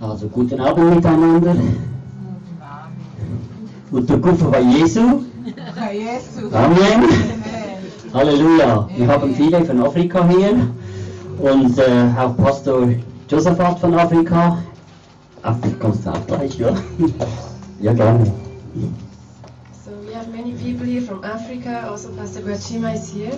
Also guten Abend miteinander. Unterkunft bei Jesu. Herr Jesu. Amen. Amen. Halleluja. Wir haben viele von Afrika hier und äh, auch Pastor Josephat von Afrika. Ach, du kommst auch gleich, ja? Ja, gerne. So we have many people here from Africa. Also Pastor Guachima is here.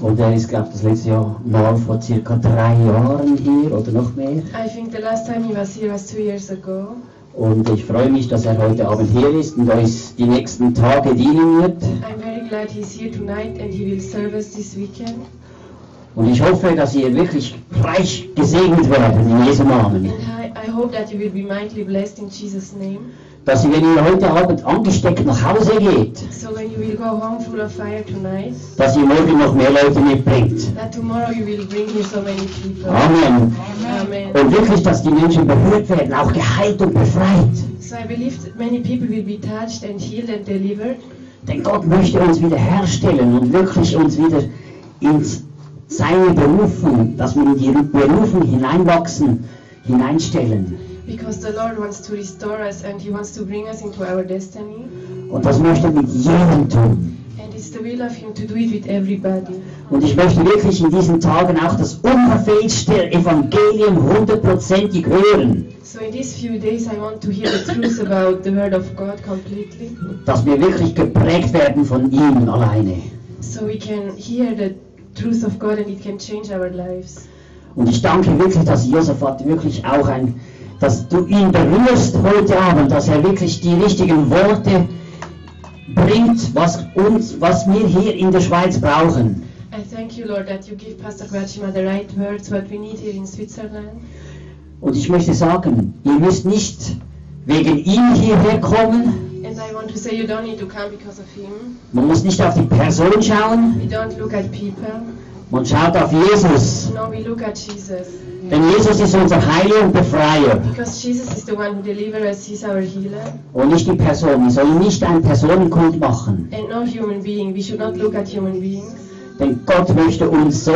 Und er ist, glaube ich, das letzte Jahr mal vor circa drei Jahren hier oder noch mehr. I think the last time he was here was two years ago. Und ich freue mich, dass er heute Abend hier ist und uns die nächsten Tage dienen wird. I'm very glad he's here tonight and he will serve us this weekend. Und ich hoffe, dass ihr wirklich reich gesegnet werden in Jesu Namen. And I, I hope that you will be mightily blessed in Jesus' name. Dass ihr, wenn ihr heute Abend angesteckt nach Hause geht, So when you will go home full of fire tonight, dass ihr morgen noch mehr Leute mitbringt. that tomorrow you will bring here so many people. Amen. Amen. Und wirklich, dass die Menschen berührt werden, auch geheilt und befreit. So I believe that many people will be touched and healed and delivered Denn Gott möchte uns wieder herstellen und wirklich uns wieder in seine Berufung, dass wir in die Berufung hineinwachsen, hineinstellen. because the Lord wants to restore us and he wants to bring us into our destiny. Und das möchte er mit jedem tun. And it's the will of him to do it with everybody. Und ich möchte wirklich in diesen Tagen auch das unverfälschte Evangelium hundertprozentig hören. So in these few days I want to hear the truth about the word of God completely Dass wir wirklich geprägt werden von ihm alleine. so we can hear the truth of God and it can change our lives. Und ich danke wirklich, dass Josaphat wirklich auch ein, dass du ihn berührst heute Abend, dass er wirklich die richtigen Worte bringt, was uns, was wir hier in der Schweiz brauchen. I thank you Lord that you give Pastor Grachima the right words what we need here in Switzerland. Und ich möchte sagen, ihr müsst nicht wegen ihm hierher kommen. And I want to say you don't need to come because of him. Man muss nicht auf die Person schauen, We don't look at people. man schaut auf Jesus. No, we look at Jesus. Denn Jesus ist unser Heiler und Befreier Because Jesus is the one who delivers us, he's our healer. und nicht die Person. Wir sollen nicht einen Personenkult machen. And no human being. We should not look at human beings. Denn Gott möchte uns so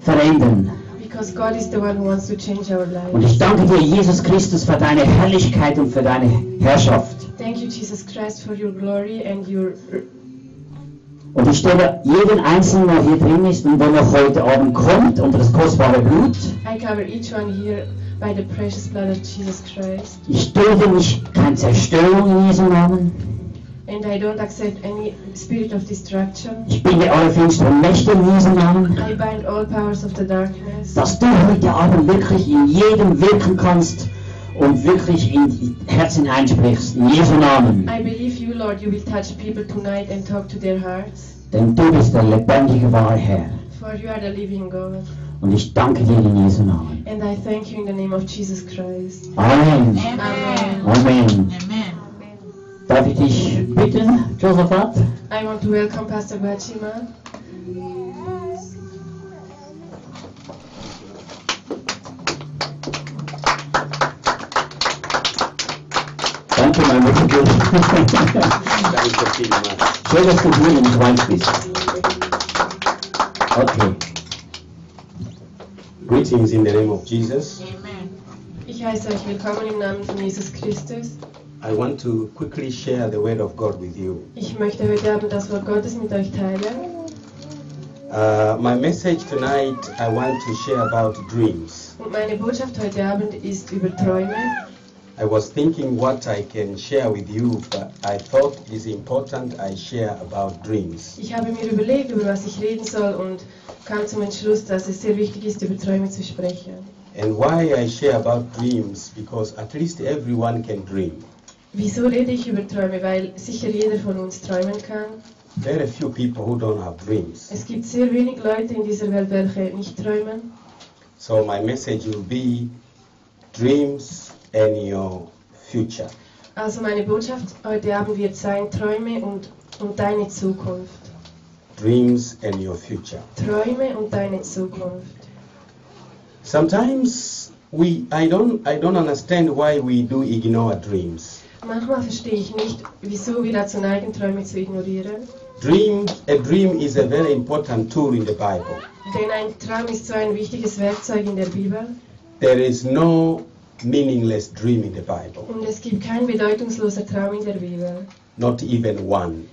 verändern. Because God is the one who wants to change our Und lives. ich danke dir, Jesus Christus, für deine Herrlichkeit und für deine Herrschaft. Thank you, Jesus Christ, for your glory and your Und ich stelle jeden Einzelnen, der hier drin ist und der noch heute Abend kommt, unter das kostbare Blut. I cover each one here by the precious blood of Jesus Christ, Ich dulde nicht keine Zerstörung in Jesu Namen. and I don't accept any spirit of destruction. Ich binde alle finsteren Mächte in Jesu Namen. I bind all powers of the darkness, Dass du heute Abend wirklich in jedem wirken kannst und wirklich in die Herzen einsprichst. In Jesu Namen. I believe you, Lord, you will touch people tonight and talk to their hearts, Denn du bist der lebendige, wahre Herr. for you are the living God. Und ich danke dir in Jesu Namen. And I thank you in the name of Jesus Christ. Amen. Amen. Amen. Amen. Darf ich dich bitten, Josaphat? I want to welcome Pastor Bachima. Danke, mein Mittelbild. Danke vielmals. Schön, dass du hier in Schweiz bist. Okay. Greetings in the name of Jesus. Amen. Ich heiße euch willkommen im Namen von Jesus Christus. I want to quickly share the word of God with you. Ich möchte heute Abend das Wort Gottes mit euch teilen. Uh, my message tonight, I want to share about dreams. Und meine Botschaft heute Abend ist über Träume. I was thinking what I can share with you, but I thought it's important I share about dreams. Ich habe mir überlegt, über was ich reden soll und kam zum Entschluss, dass es sehr wichtig ist, über Träume zu sprechen. And why I share about dreams? Because at least everyone can dream. Wieso rede ich über Träume? Weil sicher jeder von uns träumen kann. There are few people who don't have dreams. Es gibt sehr wenig Leute in dieser Welt, welche nicht träumen. So my message will be dreams and your future. Also meine Botschaft heute Abend wird sein, Träume und, und deine Zukunft. Dreams and your future. Träume und deine Zukunft. Sometimes we I don't I don't understand why we do ignore dreams. Manchmal verstehe ich nicht, wieso wir dazu neigen, Träume zu ignorieren. Dream a dream is a very important tool in the Bible. Denn ein Traum ist so ein wichtiges Werkzeug in der Bibel. There is no meaningless dream in the Bible, Und es gibt kein bedeutungsloser Traum in der Bibel. not even one.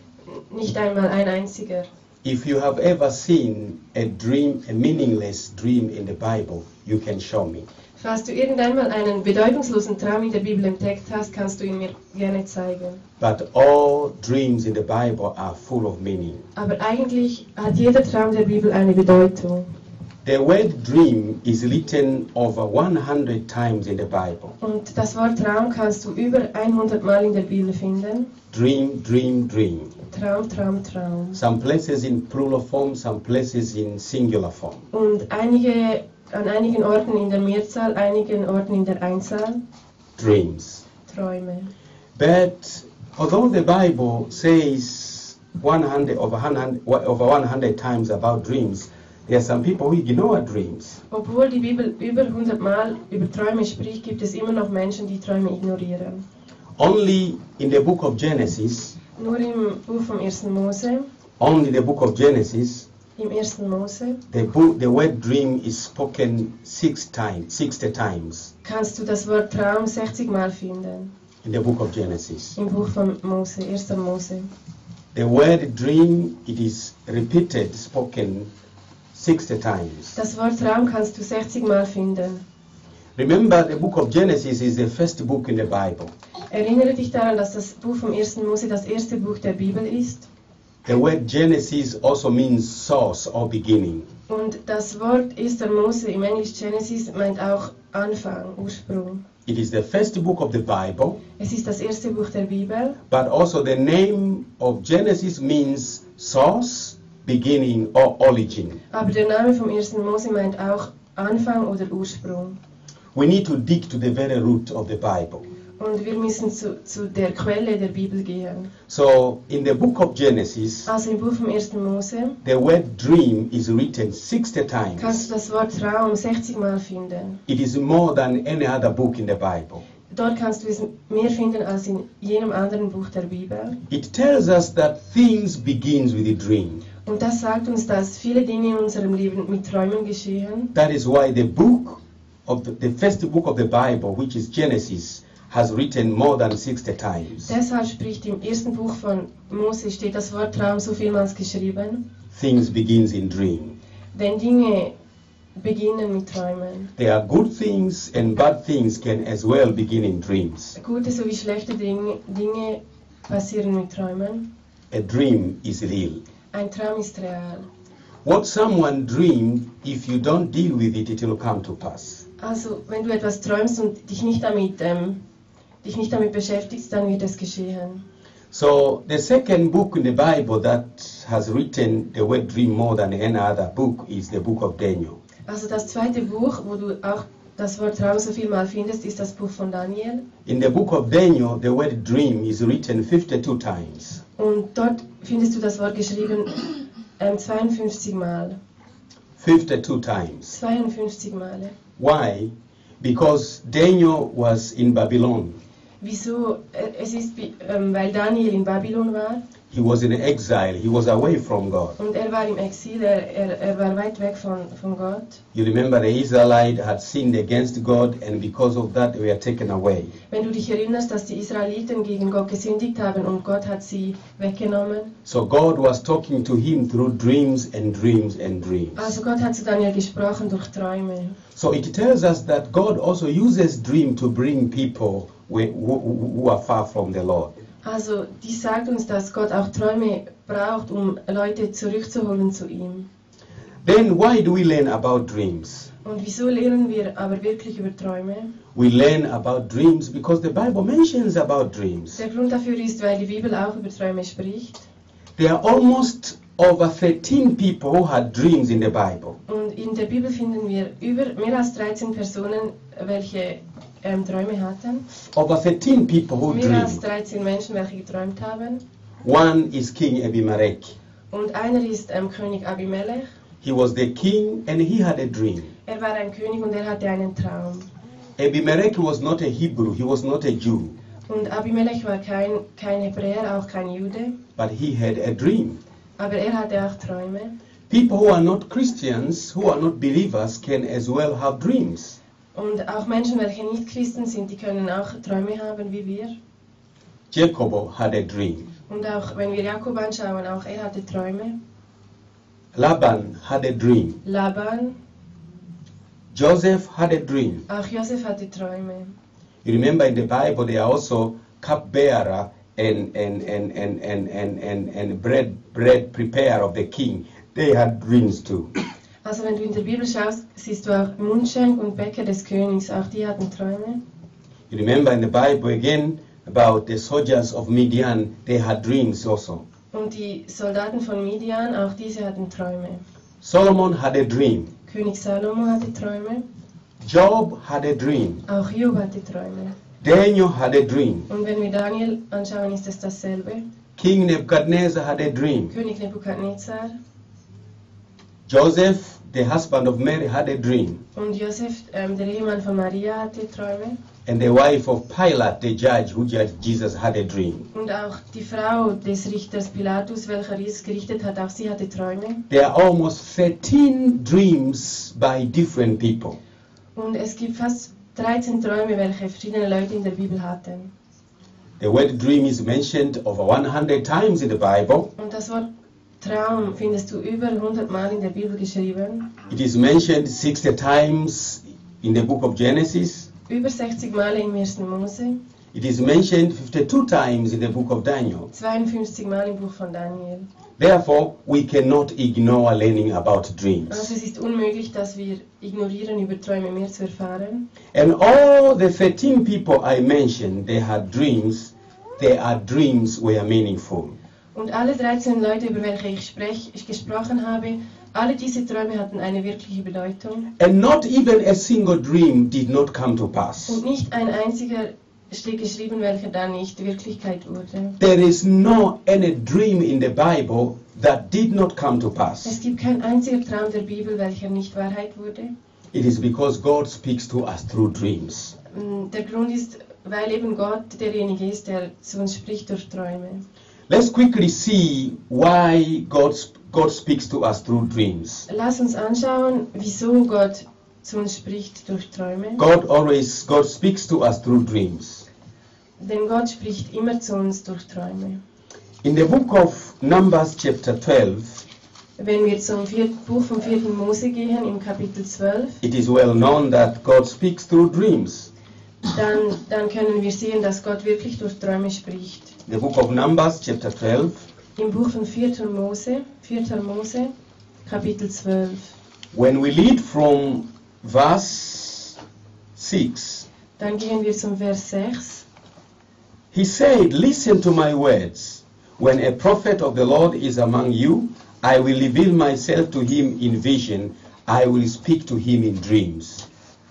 Nicht einmal ein einziger. If you have ever seen a dream, a meaningless dream in the Bible, you can show me. Falls du irgendeinmal einen bedeutungslosen Traum in der Bibel entdeckt hast, kannst du ihn mir gerne zeigen. But all dreams in the Bible are full of meaning. Aber eigentlich hat jeder Traum der Bibel eine Bedeutung. The word dream is written over 100 times in the Bible. Und das Wort Traum kannst du über 100 Mal in der Bibel finden. Dream, dream, dream. Traum, Traum, Traum. Some places in plural form, some places in singular form. Und einige, an einigen Orten in der Mehrzahl, einigen Orten in der Einzahl Dreams. Träume. But although the Bible says 100 over 100, over 100 times about dreams, there are some people who ignore dreams. Obwohl die Bibel über 100 Mal über Träume spricht, gibt es immer noch Menschen, die Träume ignorieren. Only in the book of Genesis, Nur im Buch vom 1. Mose, only the book of Genesis, im 1. Mose, the, book, the word dream is spoken six times, 60 times kannst du das Wort Traum 60 Mal finden. in the book of Genesis. Im Buch von Mose, 1. Mose. The word dream, it is repeated, spoken 60 times. Das Wort Traum kannst du 60 Mal finden. Remember, the book of Genesis is the first book in the Bible. Erinnere dich daran, dass das Buch vom 1. Mose das erste Buch der Bibel ist. The word Genesis also means source or beginning. Und das Wort 1. Mose im Englisch Genesis meint auch Anfang, Ursprung. It is the first book of the Bible, Es ist das erste Buch der Bibel but also the name of Genesis means source, beginning, or origin. Aber der Name vom 1. Mose meint auch Anfang oder Ursprung. We need to dig to the very root of the Bible. Und wir müssen zu, zu der Quelle der Bibel gehen. So, in the book of Genesis, Also im Buch vom 1. Mose the word dream is written 60 kannst times. du das Wort Traum 60 Mal finden. It is more than any other book in the Bible. Dort kannst du es mehr finden als in jedem anderen Buch der Bibel. It tells us that things begins with a dream. Und das sagt uns, dass viele Dinge in unserem Leben mit Träumen geschehen. That is why the book of the, the first book of the Bible, which is Genesis, has written more than 60 times. Deshalb spricht im ersten Buch von Mose steht das Wort Traum so vielmals geschrieben, Things begins in dream. denn Dinge beginnen mit Träumen. There are good things and bad things can as well begin in dreams. Gute sowie schlechte Dinge, Dinge passieren mit Träumen. A dream is real. Ein Traum ist real. What someone dreamed, if you don't deal with it, it will come to pass. Also, wenn du etwas träumst und dich nicht damit, ähm, dich nicht damit beschäftigst, dann wird es geschehen. So the second book in the Bible that has written the word dream more than any other book is the book of Daniel. Also, das zweite Buch, wo du auch das Wort Traum so viel mal findest, ist das Buch von Daniel. In the book of Daniel, the word dream is written 52 times. Und dort findest du das Wort geschrieben ähm, 52 Mal. 52 times. 52 Male. Why? Because Daniel was in Babylon. Wieso? Äh, Es ist, bi- ähm, weil Daniel in Babylon war He was in exile. He was away from God. und er war im Exil, er, er, er war weit weg von, von Gott. You remember the Israelite had sinned against God, and because of that, they were taken away. Wenn du dich erinnerst, dass die Israeliten gegen Gott gesündigt haben und Gott hat sie weggenommen. So God was talking to him through dreams and dreams and dreams. Also Gott hat zu Daniel gesprochen durch Träume. So it tells us that God also uses dream to bring people wh- wh- who are far from the Lord. Also dies sagt uns, dass Gott auch Träume braucht, um Leute zurückzuholen zu ihm. Then why do we learn about dreams? Und wieso lernen wir aber wirklich über Träume? We learn about dreams because the Bible mentions about dreams. Der Grund dafür ist, weil die Bibel auch über Träume spricht. There are almost over 13 people who had dreams in the Bible. Und in der Bibel finden wir über mehr als 13 Personen, welche ähm, Träume hatten. Over 13 people who Mehr als dreamed. 13 Menschen, welche geträumt haben. One is King Abimelech. Und einer ist ähm, König Abimelech. He was the king and he had a dream. Er war ein König und er hatte einen Traum. Abimelech was not a Hebrew, he was not a Jew, Und Abimelech war kein, kein Hebräer, auch kein Jude, but he had a dream. aber er hatte auch Träume. People who are not Christians, who are not believers, can as well have dreams. Und auch Menschen, welche nicht Christen sind, die können auch Träume haben wie wir. Jacob had a dream. Und auch wenn wir Jakob anschauen, auch er hatte Träume. Laban had a dream. Laban, Joseph had a dream. auch Josef hatte Träume. You remember in the Bible they are also cupbearer and and and and and and and, and bread bread preparer of the king. They had dreams too. Also wenn du in der Bibel schaust, siehst du auch Mundschenk und Bäcker des Königs, auch die hatten Träume. You remember in the Bible again about the soldiers of Midian. They had dreams also. Und die Soldaten von Midian, auch diese hatten Träume. Solomon had a dream. König Salomo hatte Träume, Job had a dream. auch Job hatte Träume. Daniel had a dream. Und wenn wir Daniel anschauen, ist es dasselbe. King Nebuchadnezzar had a dream. König Nebukadnezar Joseph, the husband of Mary, had a dream. und Josef, ähm, der Ehemann von Maria, hatte Träume. And the wife of Pilate, the judge who judged Jesus, had a dream. Und auch die Frau des Richters Pilatus, welcher Jesus gerichtet hat, auch sie hatte Träume. There are almost 13 dreams by different people. Und es gibt fast 13 Träume, welche verschiedene Leute in der Bibel hatten. The word dream is mentioned over 100 times in the Bible. Und das Wort Traum findest du über 100 Mal in der Bibel geschrieben, It is mentioned 60 times in the book of Genesis. über 60 Male im 1. Mose, It is mentioned 52 times in the book of Daniel. 52 Mal im Buch von Daniel. Therefore, we cannot ignore learning about Also dreams. es ist unmöglich, dass wir ignorieren, über Träume mehr zu erfahren. And all the 13 people I mentioned, they had dreams. Their dreams were meaningful. Und alle 13 Leute, über welche ich, sprech, ich gesprochen habe, alle diese Träume hatten eine wirkliche Bedeutung. And not even a single dream did not come to pass. Und nicht ein einziger steht geschrieben, welcher dann nicht Wirklichkeit wurde. There is no any dream in the Bible that did not come to Es pass. gibt keinen einzigen Traum der Bibel, welcher nicht Wahrheit wurde. It is because God speaks to us through dreams. Mm, Der Grund ist, weil eben Gott derjenige ist, der zu uns spricht durch Träume. Let's quickly see why God, sp- God speaks to us through dreams. Lass uns anschauen, wieso Gott zu uns spricht durch Träume. God always God speaks to us through dreams. Denn Gott spricht immer zu uns durch Träume. In the book of Numbers chapter 12, Wenn wir zum vierten Buch vom vierten Mose gehen, im Kapitel 12, it is well known that God speaks through dreams. dann, dann können wir sehen, dass Gott wirklich durch Träume spricht. The book of Numbers chapter 12, Im Buch von 4. Mose, 4. Mose, Kapitel 12. when we read from verse 6, Dann gehen wir zum Vers 6. He said, Listen to my words. When a prophet of the Lord is among you, I will reveal myself to him in vision. I will speak to him in dreams.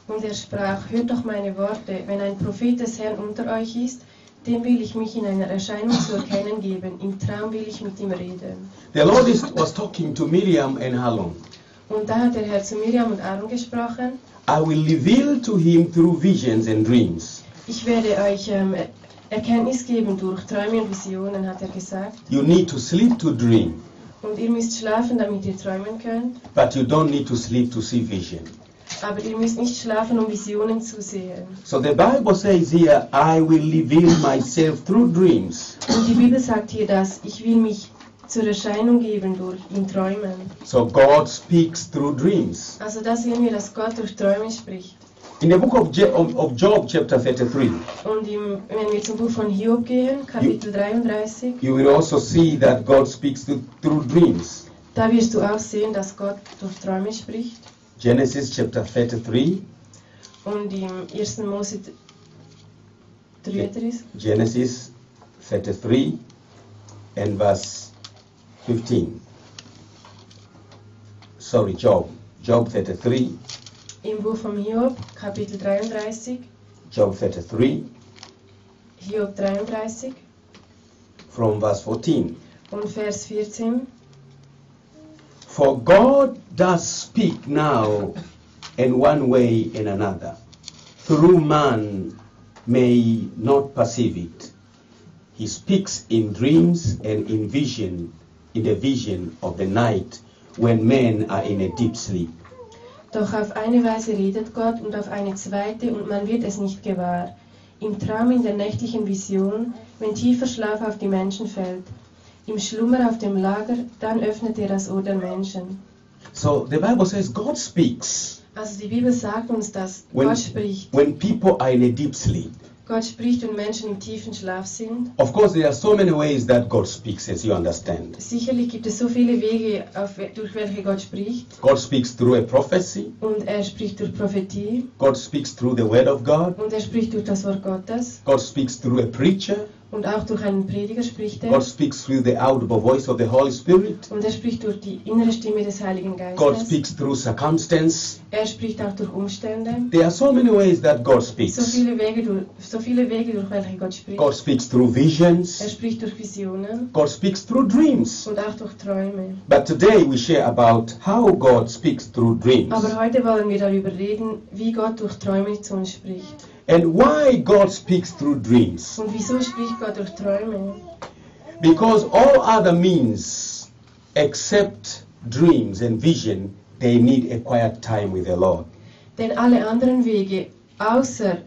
Und er sprach, hört doch meine Worte, wenn ein Prophet des Herrn unter euch ist, dem will ich mich in einer Erscheinung zu erkennen geben, im Traum will ich mit ihm reden. The Lord is, was talking to Miriam and Harlon. Und da hat der Herr zu Miriam und Aaron gesprochen, I will reveal to him through visions and dreams. ich werde euch ähm, Erkenntnis geben durch Träume und Visionen, hat er gesagt. You need to sleep to dream, Und ihr müsst schlafen, damit ihr träumen könnt, but you don't need to sleep to see vision. aber ihr müsst nicht schlafen, um Visionen zu sehen. So the Bible says here, I will reveal myself through dreams. Und die Bibel sagt hier das, ich will mich zur Erscheinung geben durch in Träumen. So God speaks through dreams. Also da sehen wir, dass Gott durch Träume spricht. In the book of, Je- of, of Job, chapter 33, Und im, wenn wir zum Buch von Hiob gehen, Kapitel 33, you will also see that God speaks to, through dreams. da wirst du auch sehen, dass Gott durch Träume spricht. Genesis chapter 33, Und im 1. Mose 33, Genesis 33 and verse 15. Sorry, Job. Job 33, im Buch von Hiob, Kapitel 33, Job 33 Hiob 33 from verse 14. und Vers 14. For God does speak now in one way and another, through man may not perceive it. He speaks in dreams and in vision, in the vision of the night when men are in a deep sleep. Doch auf eine Weise redet Gott und auf eine zweite und man wird es nicht gewahr. Im Traum in der nächtlichen Vision, wenn tiefer Schlaf auf die Menschen fällt. Im Schlummer auf dem Lager, dann öffnet er das Ohr der Menschen. So the Bible says God speaks Also die Bibel sagt uns das. when, Gott spricht. when people are in a deep sleep. Gott spricht, wenn Menschen im tiefen Schlaf sind. Of course, there are so many ways that God speaks, as you understand. Sicherlich gibt es so viele Wege, auf, we- durch welche Gott spricht. God speaks through a prophecy, Und er spricht durch Prophetie. God speaks through the Word of God, Und er spricht durch das Wort Gottes. God speaks through a preacher, Und auch durch einen Prediger spricht er. God speaks through the audible voice of the Holy Spirit, Und er spricht durch die innere Stimme des Heiligen God Geistes. speaks through circumstance. Er spricht auch durch Umstände. There are so many ways that God So speaks. viele Wege durch, so viele Wege durch welche Gott spricht. God speaks through Er visions, spricht durch Visionen God speaks through dreams. und auch durch Träume. But today we share about how God speaks through dreams Aber heute wollen wir darüber reden, wie Gott durch Träume zu uns spricht. and why God speaks through dreams. Und wieso spricht Gott durch Träume? Because all other means except dreams and vision, they need a quiet time with the Lord. Denn alle anderen Wege, außer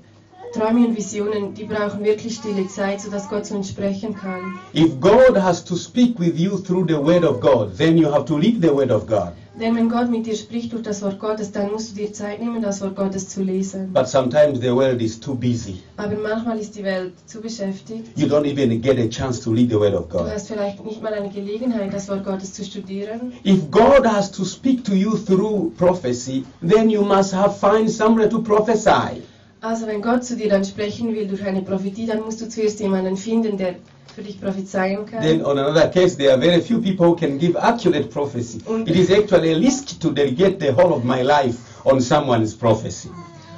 Träume und Visionen, die brauchen wirklich stille Zeit, sodass Gott zu uns sprechen kann. If God has to speak with you through the Word of God, then you have to read the Word of God. Denn wenn Gott mit dir spricht durch das Wort Gottes, dann musst du dir Zeit nehmen, das Wort Gottes zu lesen. But sometimes the world is too busy. Aber manchmal ist die Welt zu beschäftigt. You don't even get a chance to read the Word of Du God. hast vielleicht nicht mal eine Gelegenheit, das Wort Gottes zu studieren. If God has to speak to you through prophecy, then you must have find somewhere to prophesy. Also wenn Gott zu dir dann sprechen will durch eine Prophetie, dann musst du zuerst jemanden finden, der für dich prophezeien Then, kann. on another case, there are very few people who can give accurate prophecy. Und- It is actually a risk to delegate the whole of my life on someone's prophecy.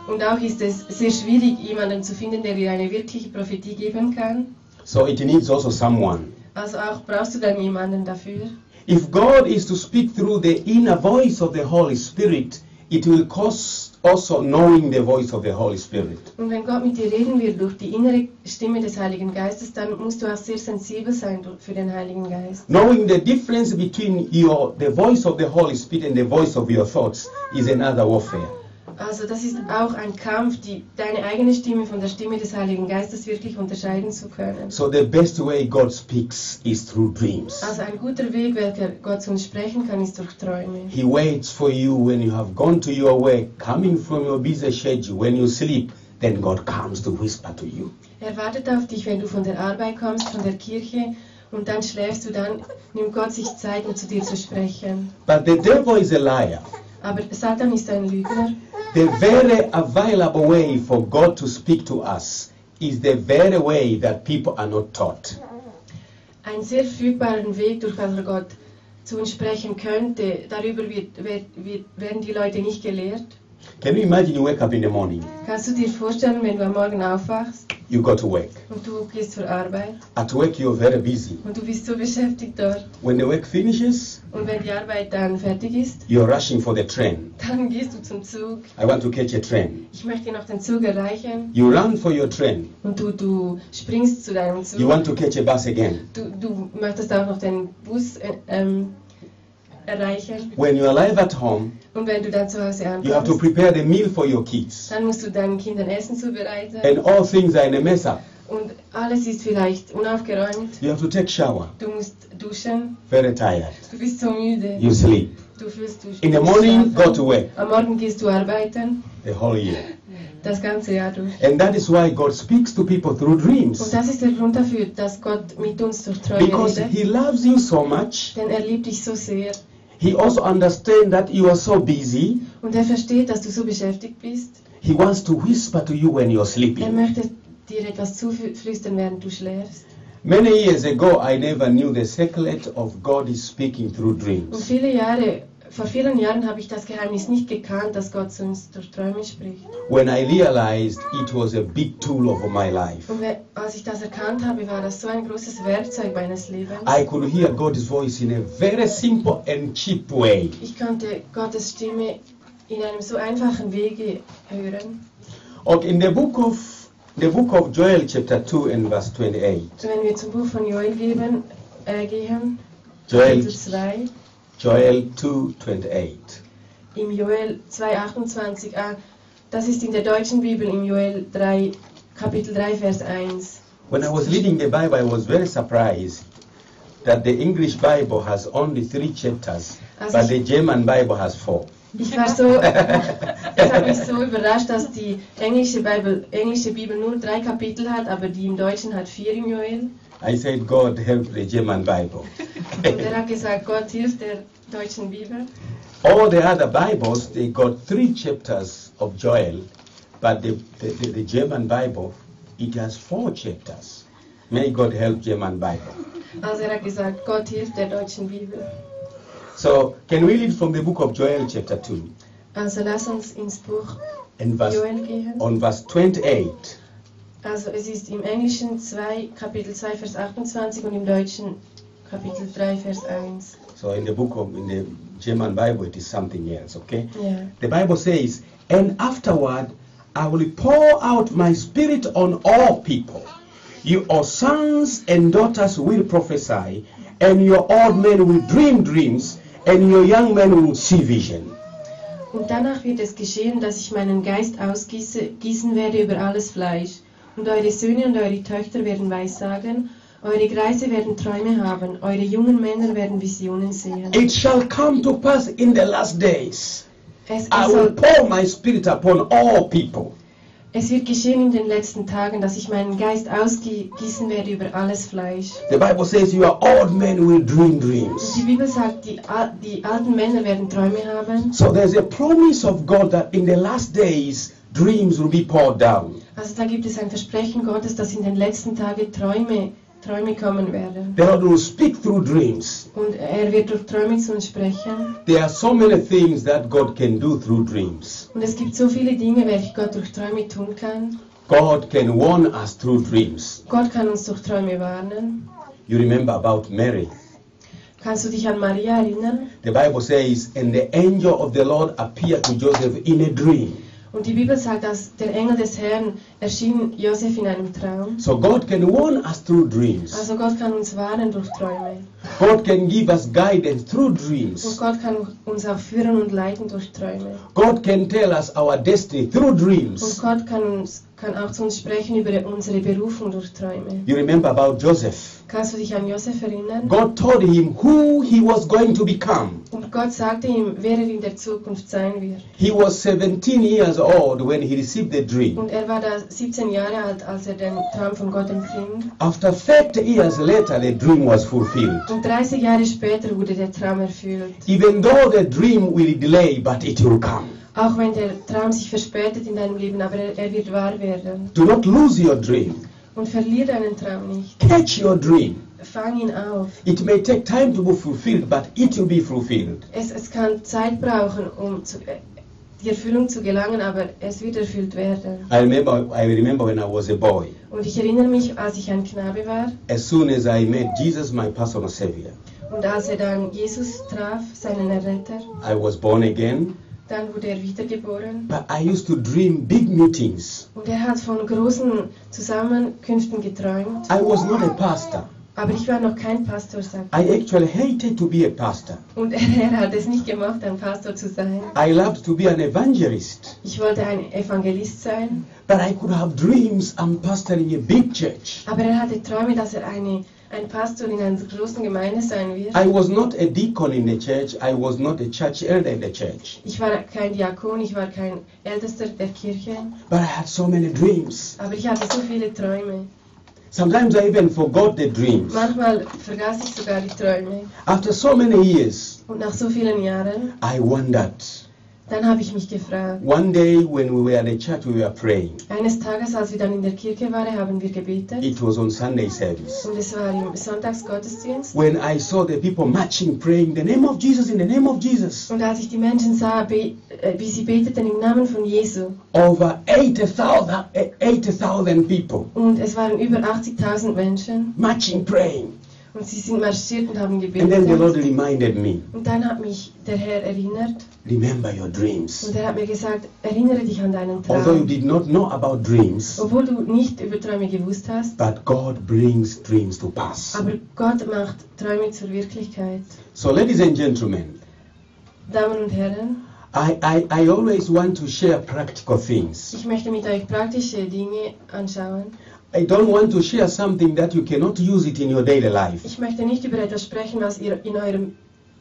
Und auch ist es sehr schwierig, jemanden zu finden, der dir eine wirkliche Prophetie geben kann. So it needs also someone. Also auch brauchst du dann jemanden dafür. If God is to speak through the inner voice of the Holy Spirit, it will cost also knowing the voice of the Holy Spirit. Und wenn Gott mit dir reden will durch die innere Stimme des Heiligen Geistes, dann musst du auch sehr sensibel sein durch- für den Heiligen Geist. Knowing the difference between your the voice of the Holy Spirit and the voice of your thoughts is another warfare. Also das ist auch ein Kampf, die, deine eigene Stimme von der Stimme des Heiligen Geistes wirklich unterscheiden zu können. So the best way God speaks is through dreams. Also ein guter Weg, welcher Gott zu uns sprechen kann, ist durch Träume. He waits for you when you have gone to your work, coming from your busy schedule, when you sleep, then God comes to whisper to you. Er wartet auf dich, wenn du von der Arbeit kommst, von der Kirche und dann schläfst du, dann nimmt Gott sich Zeit, um zu dir zu sprechen. But the devil is a liar. Aber Satan ist ein Lügner. The very available way for God to speak to us is the very way that people are not taught. Ein sehr fügbaren Weg, durch welcher Gott zu uns sprechen könnte, darüber wird, wird, wird, werden die Leute nicht gelehrt. Can you imagine you wake up in the morning, Kannst du dir vorstellen, wenn du am Morgen aufwachst you go to work. und du gehst zur Arbeit At work you're very busy. und du bist so beschäftigt dort When the work finishes, und wenn die Arbeit dann fertig ist, you're rushing for the train. dann gehst du zum Zug. I want to catch a train. Ich möchte noch den Zug erreichen You run for your train. und du, du springst zu deinem Zug. You want to catch a bus again. Du, du möchtest auch noch den Bus äh, ähm, erreichen When you arrive at home, und wenn du dann zu Hause you have to ankommst, prepare the meal for your kids. dann musst du deinen Kindern Essen zubereiten. and all things are in a mess up. Und alles ist vielleicht unaufgeräumt. You have to take shower. Du musst duschen. Very tired. Du bist so müde. You sleep. Du fühlst du In the morning, go to work Am Morgen gehst du arbeiten, the whole year. das ganze Jahr durch. And that is why God speaks to people through Und dreams. das ist der Grund dafür, dass Gott mit uns durch Träume Because redet. He loves you so much. Denn er liebt dich so sehr. He also understands that you are so busy. Und er versteht, dass du so beschäftigt bist. He wants to whisper to you when you're Er sleeping. möchte dir etwas zuflüstern, während du schläfst. Many years ago, I never knew the secret of God is speaking through Und dreams. Um viele Jahre, vor vielen Jahren habe ich das Geheimnis nicht gekannt, dass Gott zu uns durch Träume spricht. When I realized it was a big tool of my life, Und we- als ich das erkannt habe, war das so ein großes Werkzeug meines Lebens. I could hear God's voice in a very simple and cheap way. Ich konnte Gottes Stimme in einem so einfachen Wege hören. Okay, in the book of the book of Joel chapter 2 and verse 28. Wenn wir zum Buch von Joel geben, äh, gehen, Joel Kapitel 2, Joel 2:28. im Joel 2,28a. Das ist in der deutschen Bibel im Joel 3, Kapitel 3, Vers 1. When I was reading the Bible, I was very surprised that the English Bible has only three chapters, As but if- the German Bible has four. Ich war so, das hat mich so überrascht, dass die englische Bibel, englische Bibel nur drei Kapitel hat, aber die im Deutschen hat vier im Joel. I said, God help the German Bible. Und er hat gesagt, Gott hilft der deutschen Bibel. All the other Bibles, they got three chapters of Joel, but the, the, the, the German Bible, it has four chapters. May God help German Bible. Also er hat gesagt, Gott hilft der deutschen Bibel. So can we read from the book of Joel chapter 2 Also lass uns ins Buch and verse Joel gehen. on verse 28? Also es ist im Englischen 2, Kapitel 2, Vers 28 und im Deutschen Kapitel 3, Vers 1. So in the book of in the German Bible it is something else, okay? Ja. The Bible says, and afterward I will pour out my spirit on all people. Your sons and daughters will prophesy, and your old men will dream dreams, and your young men will see vision. Und danach wird es geschehen, dass ich meinen Geist ausgieße, gießen werde über alles Fleisch. Und eure Söhne und eure Töchter werden Weissagen, eure Greise werden Träume haben, eure jungen Männer werden Visionen sehen. It shall come to pass in the last days. Es, I es, will soll, pour my spirit upon all people. es wird geschehen in den letzten Tagen, dass ich meinen Geist ausgießen werde über alles Fleisch. The Bible says, Your old men will dream Und dreams. die Bibel sagt, die, Al- die alten Männer werden Träume haben. So there's a promise of God that in the last days, dreams will be poured down. Also da gibt es ein Versprechen Gottes, dass in den letzten Tagen Träume, Träume kommen werden. The Lord will speak through dreams. Und er wird durch Träume zu uns sprechen. There are so many things that God can do through dreams. Und es gibt so viele Dinge, welche Gott durch Träume tun kann. God can warn us through dreams. Gott kann uns durch Träume warnen. You remember about Mary. Kannst du dich an Maria erinnern? The Bible says, And the angel of the Lord appeared to Joseph in a dream. Und die Bibel sagt, dass der Engel des Herrn erschien Josef in einem Traum. So God can warn us through dreams. Also Gott kann uns warnen durch Träume. God can give us guidance through Und dreams. Gott kann uns auch führen und leiten durch Träume. God can tell us our destiny through Und dreams. Gott kann, uns, kann auch zu uns sprechen über unsere Berufung durch Träume. You remember about Joseph. Kannst du dich an Josef erinnern? God told him who he was going to become. Und Gott sagte ihm, wer er in der Zukunft sein wird. He was 17 years old when he received the dream. Und er war da 17 Jahre alt, als er den Traum von Gott empfing. After 30 years later, the dream was fulfilled. Und 30 Jahre später wurde der Traum erfüllt. Even though the dream will delay, but it will come. Auch wenn der Traum sich verspätet in deinem Leben, aber er, er wird wahr werden. Do not lose your dream. Und verlier deinen Traum nicht. Catch your dream. Fang ihn auf. It may take time to be fulfilled, but it will be fulfilled. Es, es kann Zeit brauchen, um zu, äh, die Erfüllung zu gelangen, aber es wird erfüllt werden. I remember, I remember when I was a boy. Und ich erinnere mich, als ich ein Knabe war As soon as I met Jesus, my personal Savior, und als er dann Jesus traf, seinen Erretter, I was born again. dann wurde er wiedergeboren. But I used to dream big meetings. Und er hat von großen Zusammenkünften geträumt. I was not a pastor. Aber ich war noch kein Pastor, sagt er. I actually hated to be a pastor. Und er hat es nicht gemacht, ein Pastor zu sein. I loved to be an evangelist, Ich wollte ein Evangelist sein. but I could have dreams I'm pastoring a big church. Aber er hatte Träume, dass er eine, ein Pastor in einer großen Gemeinde sein wird. I was not a deacon in the church, I was not a church elder in the church, Ich war kein Diakon, ich war kein Ältester der Kirche. but I had so many dreams. Aber ich hatte so viele Träume. Sometimes I even forgot the dreams. Manchmal vergaß ich sogar die Träume. After so many years, Und nach so vielen Jahren, I wondered. dann habe ich mich gefragt. One day when we were at the church, we were praying. Eines Tages, als wir dann in der Kirche waren, haben wir gebetet. It was on Sunday service. Und es war im Sonntagsgottesdienst. When I saw the people marching, praying, the name of Jesus, in the name of Jesus, Und als ich die Menschen sah, be äh, wie sie beteten im Namen von Jesu, over 80,000 eh, 80,000 people und es waren über 80.000 Menschen, marching, praying. und sie sind marschiert und haben And then the Lord gebetet. reminded me, Und dann hat mich der Herr erinnert, remember your und dreams. er hat mir gesagt, erinnere dich an deinen Although you Traum. did not know about dreams, Obwohl du nicht über Träume gewusst hast, but God brings dreams to pass. aber Gott macht Träume zur Wirklichkeit. So, ladies and gentlemen, Damen und Herren, I, I, I always want to share practical things. Ich möchte mit euch praktische Dinge anschauen. I don't want to share something that you cannot use it in your daily life. Ich möchte nicht über etwas sprechen, was ihr in eurem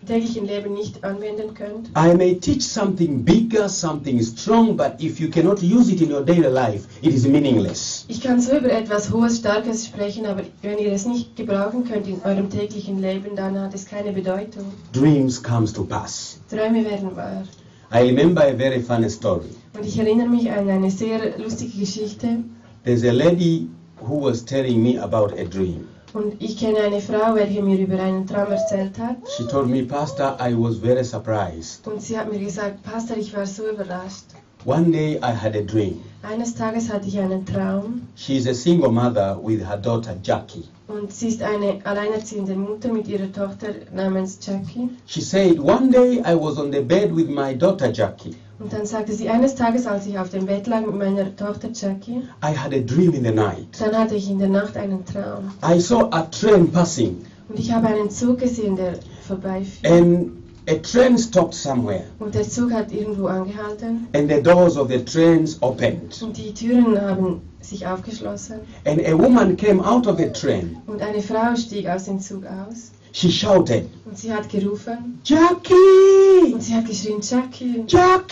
täglichen Leben nicht anwenden könnt. I may teach something bigger, something strong, but if you cannot use it in your daily life, it is meaningless. Ich kann so über etwas Hohes, Starkes sprechen, aber wenn ihr es nicht gebrauchen könnt in eurem täglichen Leben, dann hat es keine Bedeutung. Dreams comes to pass. Träume werden wahr. I remember a very funny story. Und ich erinnere mich an eine sehr lustige Geschichte. There's a lady who was telling me about a dream. Und ich kenne eine Frau, welche mir über einen Traum erzählt hat. She told me, Pastor, I was very surprised. Und sie hat mir gesagt, Pastor, ich war so überrascht. One day I had a dream. Eines Tages hatte ich einen Traum She is a single mother with her daughter Jackie. und sie ist eine alleinerziehende Mutter mit ihrer Tochter namens Jackie. She said, One day I was on the bed with my daughter Jackie. Und dann sagte sie, eines Tages, als ich auf dem Bett lag mit meiner Tochter Jackie, I had a dream in the night. dann hatte ich in der Nacht einen Traum. I saw a train passing Und ich habe einen Zug gesehen, der vorbeifiel. and a train stopped somewhere Und der Zug hat irgendwo angehalten and the doors of the trains opened und die Türen haben sich aufgeschlossen. and a woman came out of the train. Und eine Frau stieg aus dem Zug aus She shouted, und sie hat gerufen Jackie! und sie hat geschrien, Jackie, Jackie!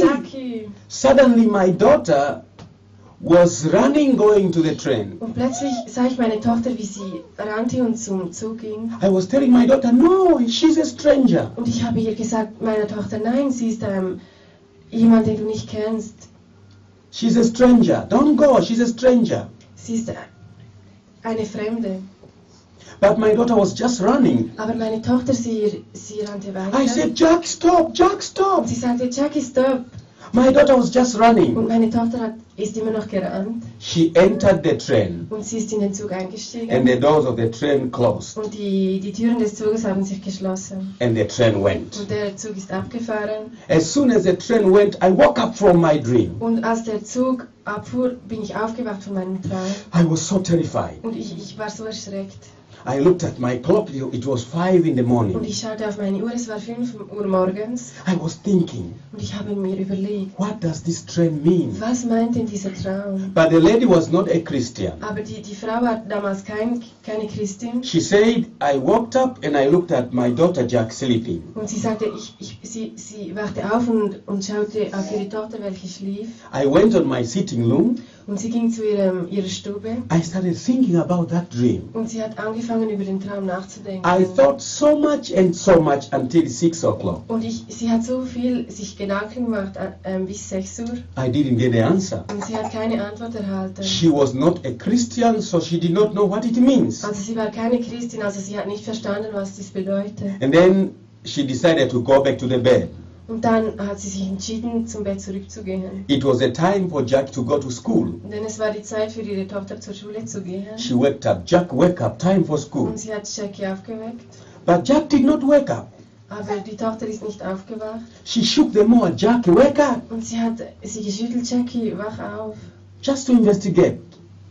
Jackie. Suddenly my daughter was running going to the train. Und plötzlich sah ich meine Tochter, wie sie rannte und zum Zug ging. I was telling my daughter, no, she's a stranger. Und ich habe ihr gesagt, meiner Tochter, nein, sie ist ähm, jemand, den du nicht kennst. She's a stranger. Don't go. She's a stranger. Sie ist äh, eine Fremde. But my daughter was just running. Aber meine Tochter, sie, sie rannte weiter. I said, Jack, stop. Jack, und stop. sie sagte, Jackie, stop. My daughter was just Und running. meine Tochter hat, ist immer noch gerannt She entered the train und sie ist in den Zug and eingestiegen. the doors of the train closed Und die, die Türen des Zuges haben sich geschlossen. and the train went. Und der Zug ist abgefahren. As soon as the train went, I woke up from my dream. Und als der Zug abfuhr, bin ich aufgewacht von meinem Traum. I was so terrified. Und ich, ich war so erschreckt. I looked at my clock. It was five in the Und morning. ich schaute auf meine Uhr, es war 5 Uhr morgens. I was thinking, Und ich habe mir überlegt, what does this train mean? was meint denn dieser Traum? But the lady was not a Christian. Aber die, die Frau war damals kein, keine Christin. She said, I woke up and I looked at my daughter Jack sleeping. Und sie sagte, ich, ich, sie, sie wachte auf und, und schaute auf ihre Tochter, welche schlief. I went on my sitting room. Und sie ging zu ihrem, ihrer Stube. I started thinking about that dream. Und sie hat angefangen, über den Traum nachzudenken. I thought so much and so much until six o'clock. und ich, sie hat so viel sich Gedanken gemacht äh, bis 6 Uhr. I didn't get the answer. Und sie hat keine Antwort erhalten. She was not a Christian, so she did not know what it means. Also sie war keine Christin, also sie hat nicht verstanden, was dies bedeutet. And then she decided to go back to the bed. Und dann hat sie sich entschieden, zum Bett zurückzugehen. It was a time for Jack to go to school. Denn es war die Zeit für ihre Tochter zur Schule zu gehen. She waked up. Jack, wake up. Time for Und school. sie hat Jackie aufgeweckt. But Jack did not wake up. Aber die Tochter ist nicht aufgewacht. She shook the more. Jack, wake up. Und sie hat sie geschüttelt, Jackie, wach auf. Just to investigate.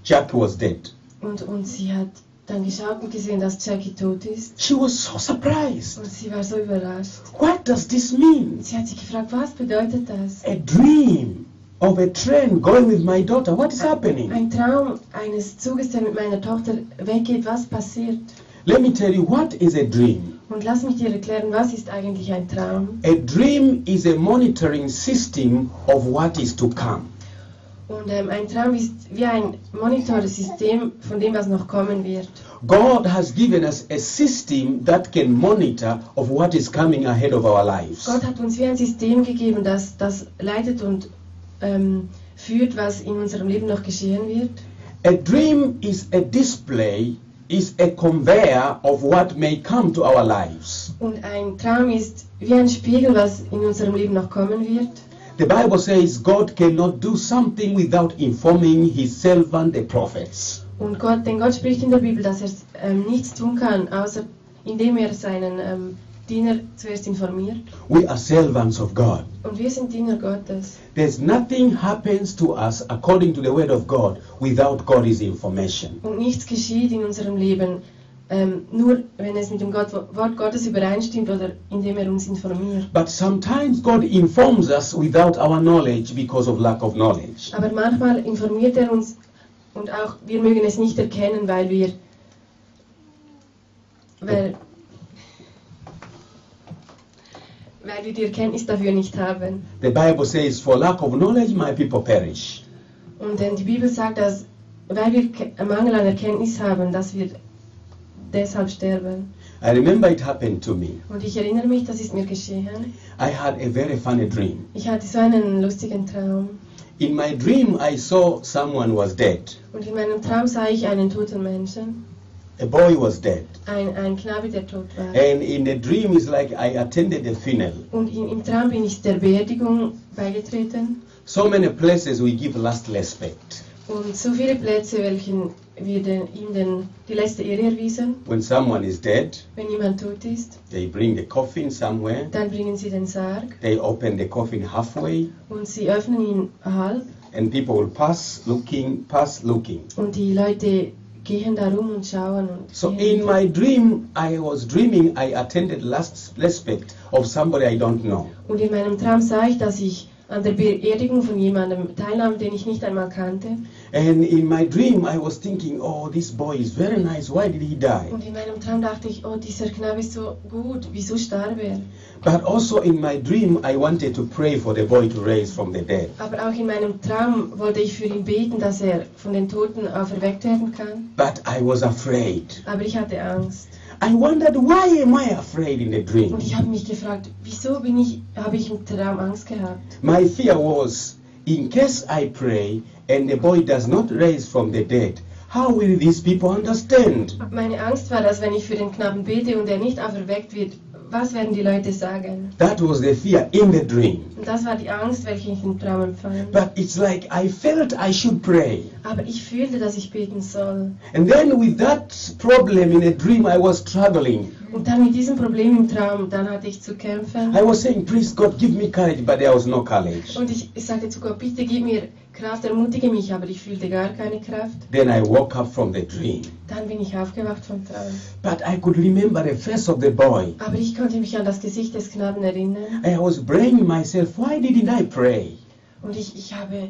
Jack was dead. Und, und sie hat dann geschaut und gesehen, dass Jackie tot ist. She was so surprised. Und sie war so überrascht. What does this mean? Und sie hat sich gefragt, was bedeutet das? a dream of a train going with my daughter. What is happening? Ein Traum eines Zuges, der mit meiner Tochter weggeht, was passiert? Let me tell you what is a dream. Und lass mich dir erklären, was ist eigentlich ein Traum? A dream is a monitoring system of what is to come. Und ähm, ein Traum ist wie ein Monitorsystem von dem, was noch kommen wird. God has given us a system that can monitor of what is coming ahead of our lives. Gott hat uns wie ein System gegeben, das das leitet und ähm, führt, was in unserem Leben noch geschehen wird. A dream is a display, is a conveyor of what may come to our lives. Und ein Traum ist wie ein Spiegel, was in unserem Leben noch kommen wird. The Bible says God cannot do something without informing his servant the prophets. Und Gott, denn Gott spricht in der Bibel, dass er ähm, nichts tun kann, außer indem er seinen ähm, Diener zuerst informiert. We are servants of God. Und wir sind Diener Gottes. There's nothing happens to us according to the word of God without God's information. Und nichts geschieht in unserem Leben ähm, nur wenn es mit dem Gott, Wort Gottes übereinstimmt oder indem er uns informiert. But sometimes God informs us without our knowledge because of lack of knowledge. Aber manchmal informiert er uns und auch wir mögen es nicht erkennen, weil wir, weil, weil wir die Erkenntnis dafür nicht haben. The Bible says, For lack of knowledge, my people perish. Und denn die Bibel sagt, dass weil wir Ke- Mangel an Erkenntnis haben, dass wir deshalb sterben. I remember it happened to me. Und ich erinnere mich, das ist mir geschehen. I had a very funny dream. Ich hatte so einen lustigen Traum. In my dream, I saw someone was dead. Und in meinem Traum sah ich einen toten Menschen, A boy was dead. ein, ein Knabe, der tot war. And in the dream, it's like I attended a funeral. Und in, im Traum bin ich der Beerdigung beigetreten. So many places we give last respect. Und so viele Plätze, welchen wir den, ihm den, die letzte Ehre erwiesen. When someone is dead, Wenn jemand tot ist, they bring the coffin somewhere. dann bringen sie den Sarg They open the coffin halfway, und sie öffnen ihn halb. and people will pass looking, pass looking. Und die Leute gehen da rum und schauen. Und So gehen in my dream, I was dreaming I attended last respect of somebody I don't know. und in meinem Traum sah ich, dass ich an der Beerdigung von jemandem teilnahm, den ich nicht einmal kannte. And in my dream, I was thinking, oh, this boy is very nice. Why did he die? Und in meinem Traum dachte ich, oh, dieser Knabe ist so gut, wieso starb er? But also in my dream, I wanted to pray for the boy to raise from the dead. Aber auch in meinem Traum wollte ich für ihn beten, dass er von den Toten auferweckt werden kann. But I was afraid. Aber ich hatte Angst. I wondered, why am I afraid in the dream? Und ich habe mich gefragt, wieso bin ich, habe ich im Traum Angst gehabt? My fear was, in case I pray and the boy does not raise from the dead, how will these people understand? Meine Angst war, dass wenn ich für den Knaben bete und er nicht auferweckt wird, was werden die Leute sagen? That was the fear in the dream. Und das war die Angst, welche ich im Traum empfand. But it's like I felt I should pray. Aber ich fühlte, dass ich beten soll. And then with that problem in a dream, I was struggling. Und dann mit diesem Problem im Traum, dann hatte ich zu kämpfen. I was saying, please God, give me courage, but there was no courage. Und ich, ich sagte zu Gott, bitte gib mir Kraft, ermutige mich, aber ich fühlte gar keine Kraft. Then I woke up from the dream. Dann bin ich aufgewacht vom Traum. But I could remember the face of the boy. Aber ich konnte mich an das Gesicht des Knaben erinnern. I was blaming myself, why didn't I pray? Und ich, ich habe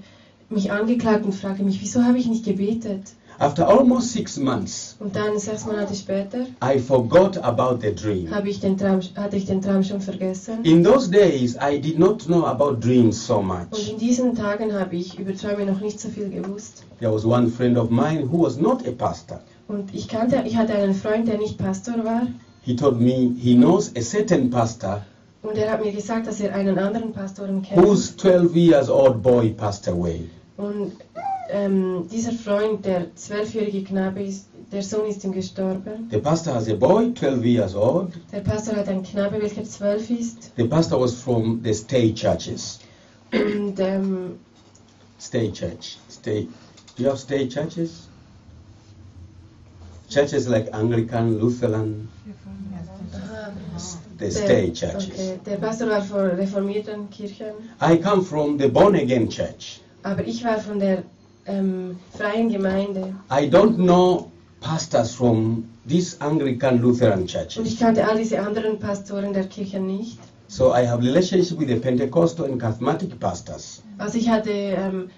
mich angeklagt und fragte mich, wieso habe ich nicht gebetet? After almost six months, Und dann, sechs Monate später, I forgot about the dream. habe ich den Traum, hatte ich den Traum schon vergessen. In those days, I did not know about dreams so Und much. in diesen Tagen habe ich über Träume noch nicht so viel gewusst. There was one friend of mine who was not a pastor. Und ich kannte, ich hatte einen Freund, der nicht Pastor war. He told me he knows a certain pastor Und er hat mir gesagt, dass er einen anderen Pastoren kennt. whose 12 years old boy passed away. Und ähm, dieser Freund, der zwölfjährige Knabe ist, der Sohn ist ihm gestorben. The pastor has a boy, 12 years old. Der Pastor hat einen Knabe, welcher zwölf ist. The pastor was from the state churches. Und ähm, State church. State. Do you have state churches? Churches like Anglican, Lutheran, ah, the der- state churches. Okay, der Pastor war von reformierten Kirchen, I come from the born again church. aber ich war von der ähm, freien Gemeinde. I don't know pastors from these Anglican Lutheran Und ich churches. kannte all diese anderen Pastoren der Kirchen nicht. So I have relationship with the Pentecostal and charismatic pastors. Also ich hatte ähm,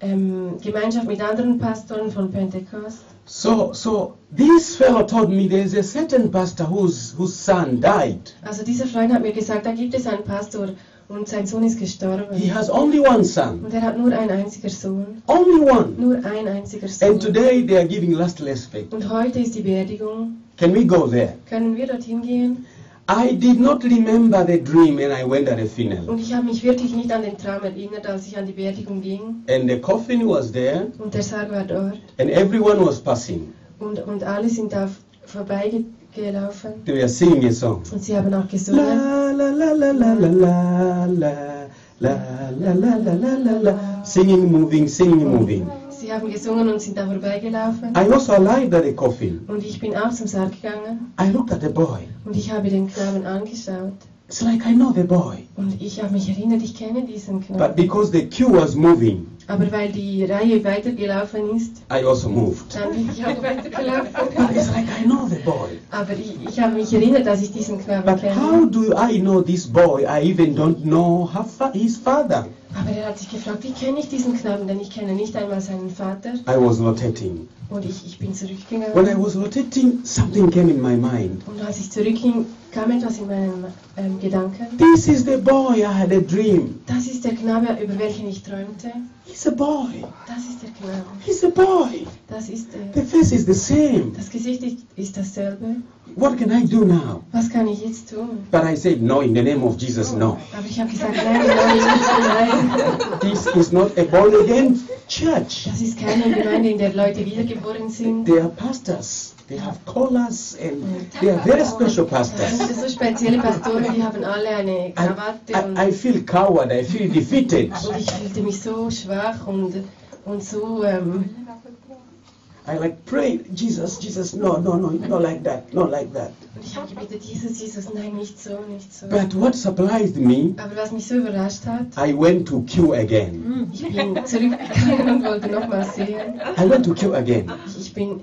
ähm, Gemeinschaft mit anderen Pastoren von Pentecost. So so this fellow told me there is a certain pastor whose whose son died. Also dieser Freund hat mir gesagt, da gibt es einen Pastor und sein Sohn ist He gestorben. has only one son. Und er hat nur ein einziger Sohn. Only one. Nur ein einziger Sohn. And today they are giving last respect. Und heute ist die Beerdigung. Can we go there? Können wir dorthin gehen? I did not remember the dream and I went at the funeral. Und ich habe mich wirklich nicht an den Traum erinnert, als ich an die Beerdigung ging. And the coffin was there Und der Sarg war dort. and everyone was passing. Und, und alle sind da vorbeigelaufen. They were singing a song. Und sie haben auch gesungen. La la la la la la la la la la la la la la la singing moving singing moving Sie haben gesungen und sind da vorbeigelaufen. I was alive at the coffin Und ich bin auch zum Sarg gegangen. I looked at the boy Und ich habe den Knaben angeschaut. it's like I know the boy Und ich habe mich erinnert, ich kenne diesen but Knaben. because the queue was moving Aber weil die Reihe weitergelaufen ist, I also moved. dann bin ich auch But weitergelaufen. it's like I know the boy. Aber ich, ich habe mich erinnert, dass ich diesen Knaben But kenne. how do I know this boy? I even don't know her fa- his father. Aber er hat sich gefragt, wie kenne ich diesen Knaben, denn ich kenne nicht einmal seinen Vater. I was notating. Und ich, ich bin When I zurückgegangen. was notating, something came in my mind. Und als ich zurückging, kam etwas in meinen ähm, Gedanken. This is the boy I had a dream. Das ist der Knabe, über welchen ich träumte. He's a boy. Das ist der Knabe. He's a boy. Das ist The er. face is the same. Das Gesicht ist, ist dasselbe. What can I do now? Was kann ich jetzt tun? But I said, no, in the name of Jesus, no. Aber ich habe gesagt, nein, nein, ich muss nein. This is not a born again church. Das ist keine Gemeinde, in der Leute wiedergeboren sind. They are pastors. They have collars and they are very special Das pastors. sind so spezielle Pastoren, die haben alle eine I, Krawatte und, I, I feel coward. I feel defeated. und ich fühlte mich so schwach und, und so ähm, I like pray, Jesus, Jesus, no, no, no, not like that, not like that. und ich habe gebetet, Jesus, Jesus, nein, nicht so, nicht so. But what surprised me, Aber was mich so überrascht hat, I went to Q again. ich bin zurückgegangen und wollte nochmal sehen. I went to Q again. Ich, ich bin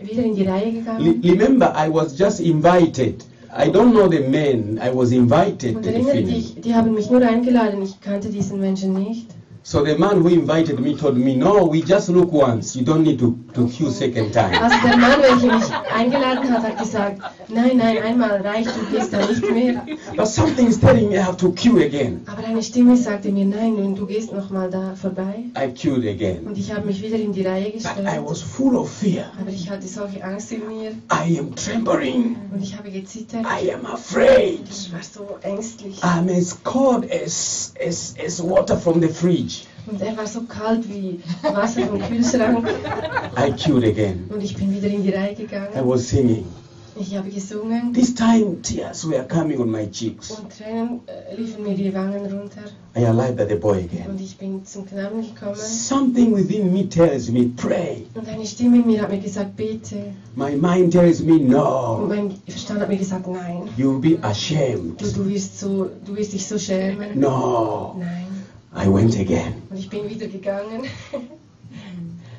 wieder in die Reihe Re- gegangen. remember, I was just invited. I don't know the men. I was invited Und to the erinnere funeral. dich, die haben mich nur eingeladen, ich kannte diesen Menschen nicht. So the man who invited me told me, no, we just look once. You don't need to, to queue second time. Also der Mann, welcher mich eingeladen hat, hat gesagt, nein, nein, einmal reicht, du gehst da nicht mehr. But something is telling me I have to queue again. Aber eine Stimme sagte mir, nein, nun, du gehst nochmal da vorbei. I queued again. Und ich habe mich wieder in die Reihe But I was gestellt. full of fear. Aber ich hatte solche Angst in mir I am trembling. und ich habe gezittert. I am afraid. Ich war so ängstlich. I'm as cold as, as, as water from the fridge. Und er war so kalt wie Wasser vom Kühlschrank. I queued again. Und ich bin wieder in die Reihe I gegangen. was singing. Ich habe gesungen This time, tears were coming on my cheeks. und Tränen äh, liefen mir die Wangen runter. I arrived at the boy Und again. ich bin zum Knaben gekommen. Something within me tells me, pray. Und eine Stimme in mir hat mir gesagt, bete. My mind tells me, Und no. mein Verstand hat mir gesagt, nein. You'll be Du, ashamed. du, wirst, so, du wirst dich so schämen. No. Nein. I went again. Und ich bin wieder gegangen.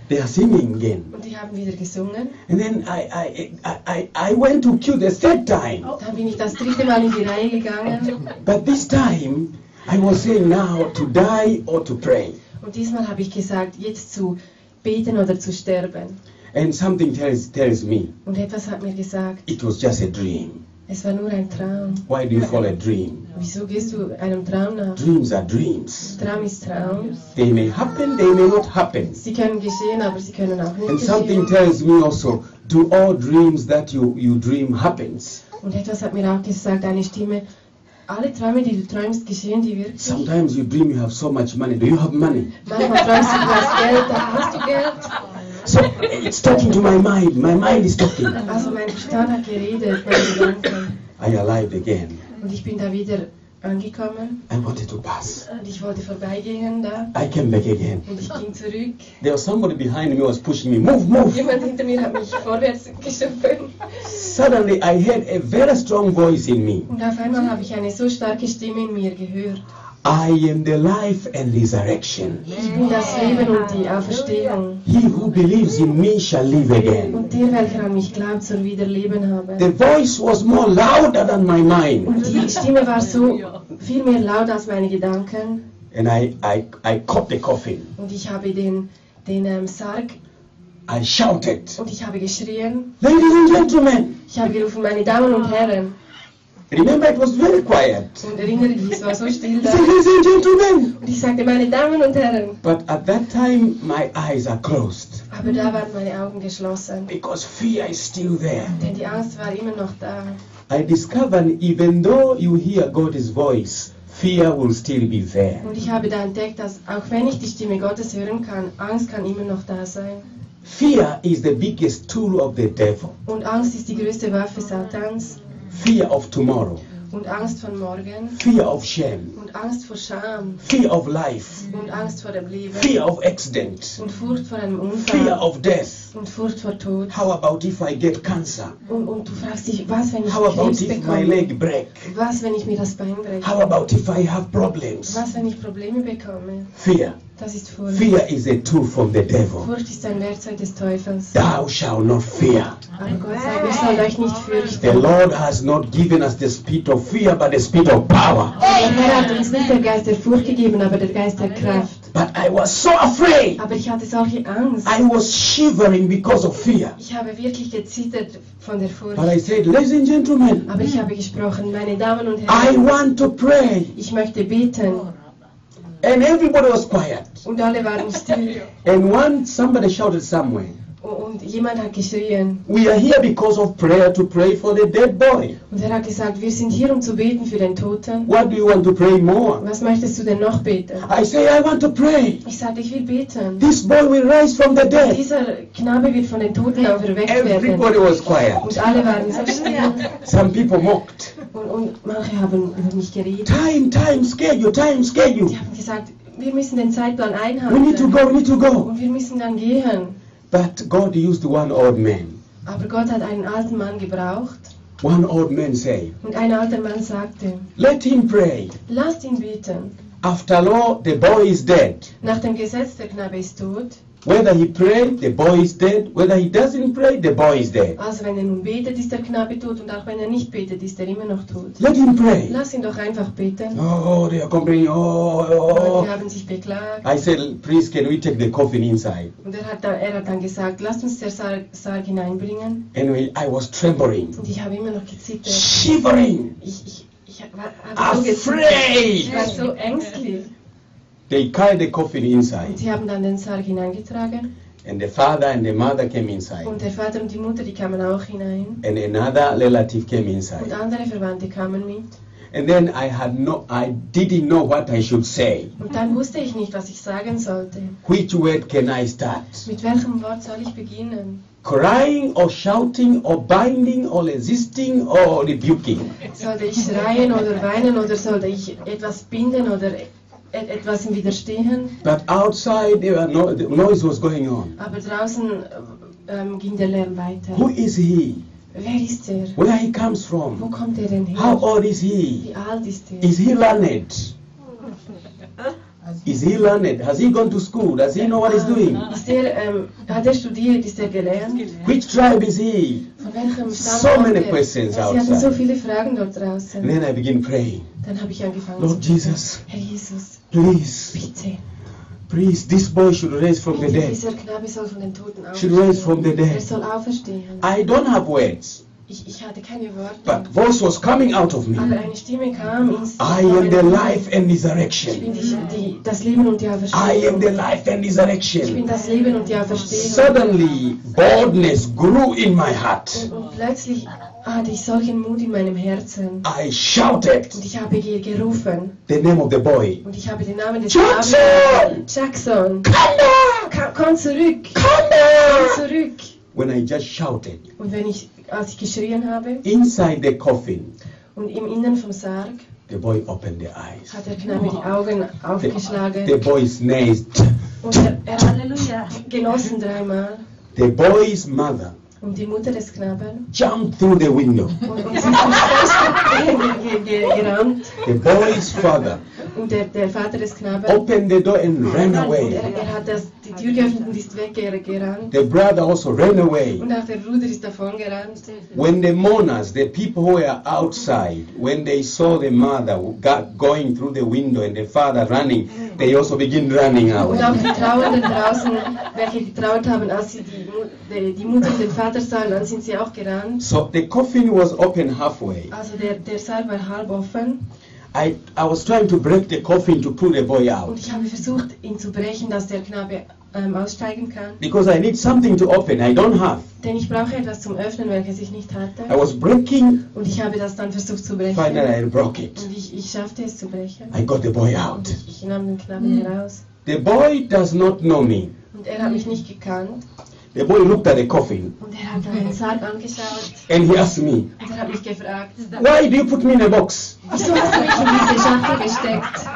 They are singing again. Und die haben wieder gesungen. And then I, I, I, I, I went to queue the third time. Dann bin ich das dritte Mal in die Reihe gegangen. But this time, I was saying now to die or to pray. Und diesmal habe ich gesagt, jetzt zu beten oder zu sterben. And something tells, tells me Und etwas hat mir gesagt, it was just a dream. es war nur ein Traum. Why do you call a dream? Wieso gehst du einem Traum nach? Dreams are dreams. Traum ist Traum. They may happen, they may not happen. Sie können geschehen, aber sie können auch And nicht something geschehen. tells me also, do all dreams that you, you dream happens? Und etwas hat mir auch gesagt, eine Stimme, alle Träume, die du träumst, geschehen die wirklich. Sometimes you dream you have so much money. Do you have money? Manchmal träumst du, du hast Geld, dann hast du Geld. So it's talking to my mind. My mind is talking. Also mein Verstand hat geredet, meine Gedanken. I arrived again. Und ich bin da wieder angekommen I wanted to pass. und ich wollte vorbeigehen da. I came back again. Und ich ging zurück. There was somebody behind me was pushing me. Move, move. Jemand hinter mir hat mich vorwärts geschoben. Suddenly I heard a very strong voice in me. Und auf einmal habe ich eine so starke Stimme in mir gehört. I am the life and resurrection. Ich bin das Leben und die Auferstehung. He who believes in me shall live again. Und der, welcher an mich glaubt, soll wieder Leben The haben. voice was more louder than my mind. Und die Stimme war so viel mehr laut als meine Gedanken. And I, I, I caught the coffin. Und ich habe den, den ähm, Sarg I shouted, und ich habe geschrien. Ladies and gentlemen, Ich habe gerufen, meine Damen und Herren. remember it was very quiet. Und erinnere dich, es war so still da. Ladies and gentlemen. Und ich sagte, meine Damen und Herren. But at that time, my eyes are closed Aber da waren meine Augen geschlossen. because fear is still there. Denn die Angst war immer noch da. I discovered even though you hear God's voice, fear will still be there. Und ich habe da entdeckt, dass auch wenn ich die Stimme Gottes hören kann, Angst kann immer noch da sein. Fear is the biggest tool of the devil. Und Angst ist die größte Waffe Satans. Fear of tomorrow, Und Angst von morgen. fear of shame, Und Angst vor Scham. fear of life, Und Angst vor dem Leben. fear of accident, Und Furcht vor einem fear Unfall. of death. Und Furcht vor Tod. How about if I get cancer? Und, und du fragst dich, was, wenn ich How about Krebs if my leg bekomme? break? Was, wenn ich mir das Bein breche? How about if I have problems? Was, wenn ich Probleme bekomme? Fear. Das ist Furcht. Fear is a tool from the devil. Furcht ist ein Werkzeug des Teufels. Thou shalt not fear. Aber Gott sagt, ihr sollt euch nicht fürchten. The Lord has not given us the spirit of fear, but the spirit of power. Der Herr hat uns nicht der Geist der Furcht gegeben, aber der Geist der Kraft. But I was so afraid. Aber ich hatte solche Angst. I was shivering because of fear. Ich habe wirklich gezittert von der Furcht. But I said, ladies and gentlemen, Aber ich habe gesprochen, meine Damen und I Herren, want to pray. ich möchte beten. And everybody was quiet. Und alle waren still. And one somebody shouted somewhere, Und jemand hat geschrien. We are here because of prayer to pray for the dead boy. Und er hat gesagt, wir sind hier, um zu beten für den Toten. What do you want to pray more? Was möchtest du denn noch beten? I say, I want to pray. Ich sagte, ich will beten. This boy will rise from the dead. Dieser Knabe wird von den Toten auferweckt werden. Everybody was quiet. Und alle waren so still. Some people mocked. Und, und manche haben über mich geredet. Time, time, schedule, time, schedule. Die haben gesagt, wir müssen den Zeitplan We need to einhalten. go, we need to go. Und wir müssen dann gehen. But God used one old man. Aber Gott hat einen alten Mann gebraucht. One old man said, Und ein alter Mann sagte, Let him pray. lasst ihn beten. After all, the boy is dead. Nach dem Gesetz der Knabe ist tot. Whether he pray, the boy is dead. Whether he doesn't pray, the boy is dead. Also wenn er nun betet, ist der Knabe tot. Und auch wenn er nicht betet, ist er immer noch tot. Let him pray. Lass ihn doch einfach beten. Oh, they are complaining. Oh, oh, Leute oh. haben sich beklagt. I said, please, can we take the coffin inside? Und er hat, dann, er hat dann gesagt, lasst uns den Sarg, Sarg hineinbringen. And we, I was trembling, Und ich habe immer noch gezittert. shivering, Ich, ich, ich war, hab so gezittert. Ich afraid. war so ängstlich. They carried the coffin Und inside, sie haben dann den Sarg hineingetragen. and the father and the mother came Und inside, der Vater und die Mutter, die kamen auch hinein. and another relative came Und inside. andere Verwandte kamen mit. And then I had no, I didn't know what I should say. Und dann wusste ich nicht, was ich sagen sollte. Which word can I start? Mit welchem Wort soll ich beginnen? Crying or shouting or binding or resisting or rebuking? Sollte ich schreien oder weinen oder sollte ich etwas binden oder e etwas im widerstehen? But outside, there were no, the noise was going on. Aber draußen ähm, ging der Lärm weiter. Who is he? Wer ist er? Where he comes Wo from? kommt er denn her? How old is he? Wie alt ist er? Is he learned? Is he learned? Has he gone to school? Does he know what he's doing? Ist er, ähm, hat er studiert? Ist er gelernt? Which tribe is he? Von welchem Stamm So kommt many er? questions Sie hatten outside. so viele Fragen dort draußen. And then I begin praying. Dann habe ich angefangen Lord zu beten. Jesus, Herr Jesus, please, bitte. please, this boy should rise from the dead. Dieser Knabe soll von den Toten Should auferstehen. rise from the Er dead. soll auferstehen. I don't have words, Ich, ich hatte keine Worte. but voice was coming out of Aber me. eine Stimme kam ins I am the life and Ich bin resurrection. die, die, das Leben und die I am the Auferstehung. life and Ich bin resurrection. das Leben und die Auferstehung. Suddenly, boldness grew in my Und, heart. und plötzlich hatte ich solchen Mut in meinem Herzen. I shouted Und ich habe ge- gerufen. the name of the boy. Und ich habe den Namen des Jackson! Knabens- Jackson! Come back! Ka- Komm zurück! Come Komm back! zurück! When I just shouted Und wenn ich, als ich geschrien habe inside the coffin, und im Innern vom Sarg, the boy opened the eyes. hat der Knabe die Augen The, aufgeschlagen. the boy sneezed. Und er, er hat genossen dreimal. The boy's mother Und die Mutter des Knaben. jumped through the window. Und, und sie ist fast ge- ge- ge- gerannt. The boy's father Und der, der Vater des Knaben. opened the door and ran Und away. er, er hat das, die Tür geöffnet und ist weggerannt. The brother also ran away. Und auch der Bruder ist davon gerannt. When the mourners, the people who were outside, when they saw the mother who got going through the window and the father running, they also begin running Und auch out. die Trauernden draußen, welche getrauert haben, als sie die, Mu- die, die Mutter und den Vater sahen, dann sind sie auch gerannt. So the coffin was open halfway. Also der, der Saal war halb offen. I, I was trying to break the coffin to pull the boy Und out ich habe versucht, ihn zu brechen, dass der Knabe ähm, aussteigen kann. because I need something to open. I don't have. Denn ich brauche etwas zum Öffnen, welches ich nicht I hatte. was breaking. Und ich habe das dann versucht zu brechen. Finally, I broke Und it. ich, ich schaffte es zu brechen. I got the boy Und out. ich, ich nahm den Knaben heraus. The boy does not know me. Und er hat mich nicht gekannt. The boy looked at the coffin Und er hat dann den Sarg angeschaut. and he asked me, Und er hat mich gefragt, Why do you put me in a box? wieso hast du mich in diese Schachtel gesteckt?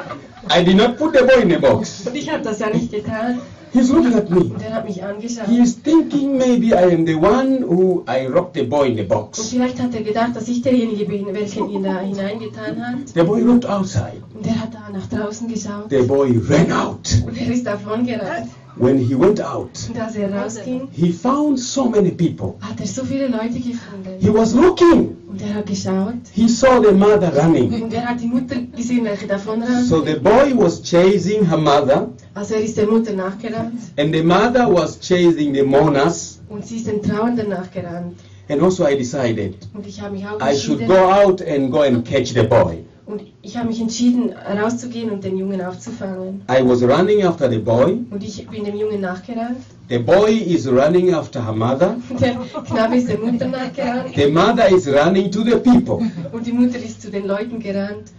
I did not put the boy in a box. Und ich habe das ja nicht getan. He's looking at me. Der hat mich angeschaut. He is thinking maybe I am the one who I rocked the boy in the Und box. vielleicht hat er gedacht, dass ich derjenige bin, welchen ihn da hineingetan hat. The boy looked outside. Und er hat da nach draußen geschaut. The boy ran out. Und er ist davon gerannt. When he went out, Und als er rausging, he found so many people. hat er so viele Leute gefunden. He was looking. Und er hat geschaut. He saw the mother running. Und er hat die Mutter gesehen, welche davon ran. So the boy was chasing her mother, Also er ist der Mutter nachgerannt. and the mother was chasing the mourners. Und sie ist den Trauernden nachgerannt. And also I decided Und ich habe mich auch I should entschieden, go out and go and catch the boy. und ich habe mich entschieden, rauszugehen und den Jungen aufzufangen. I was running after the boy. Und ich bin dem Jungen nachgerannt. The boy is running after her mother. Der Knabe ist der Mutter nachgerannt. The mother is running to the people. Und die Mutter ist zu den Leuten gerannt.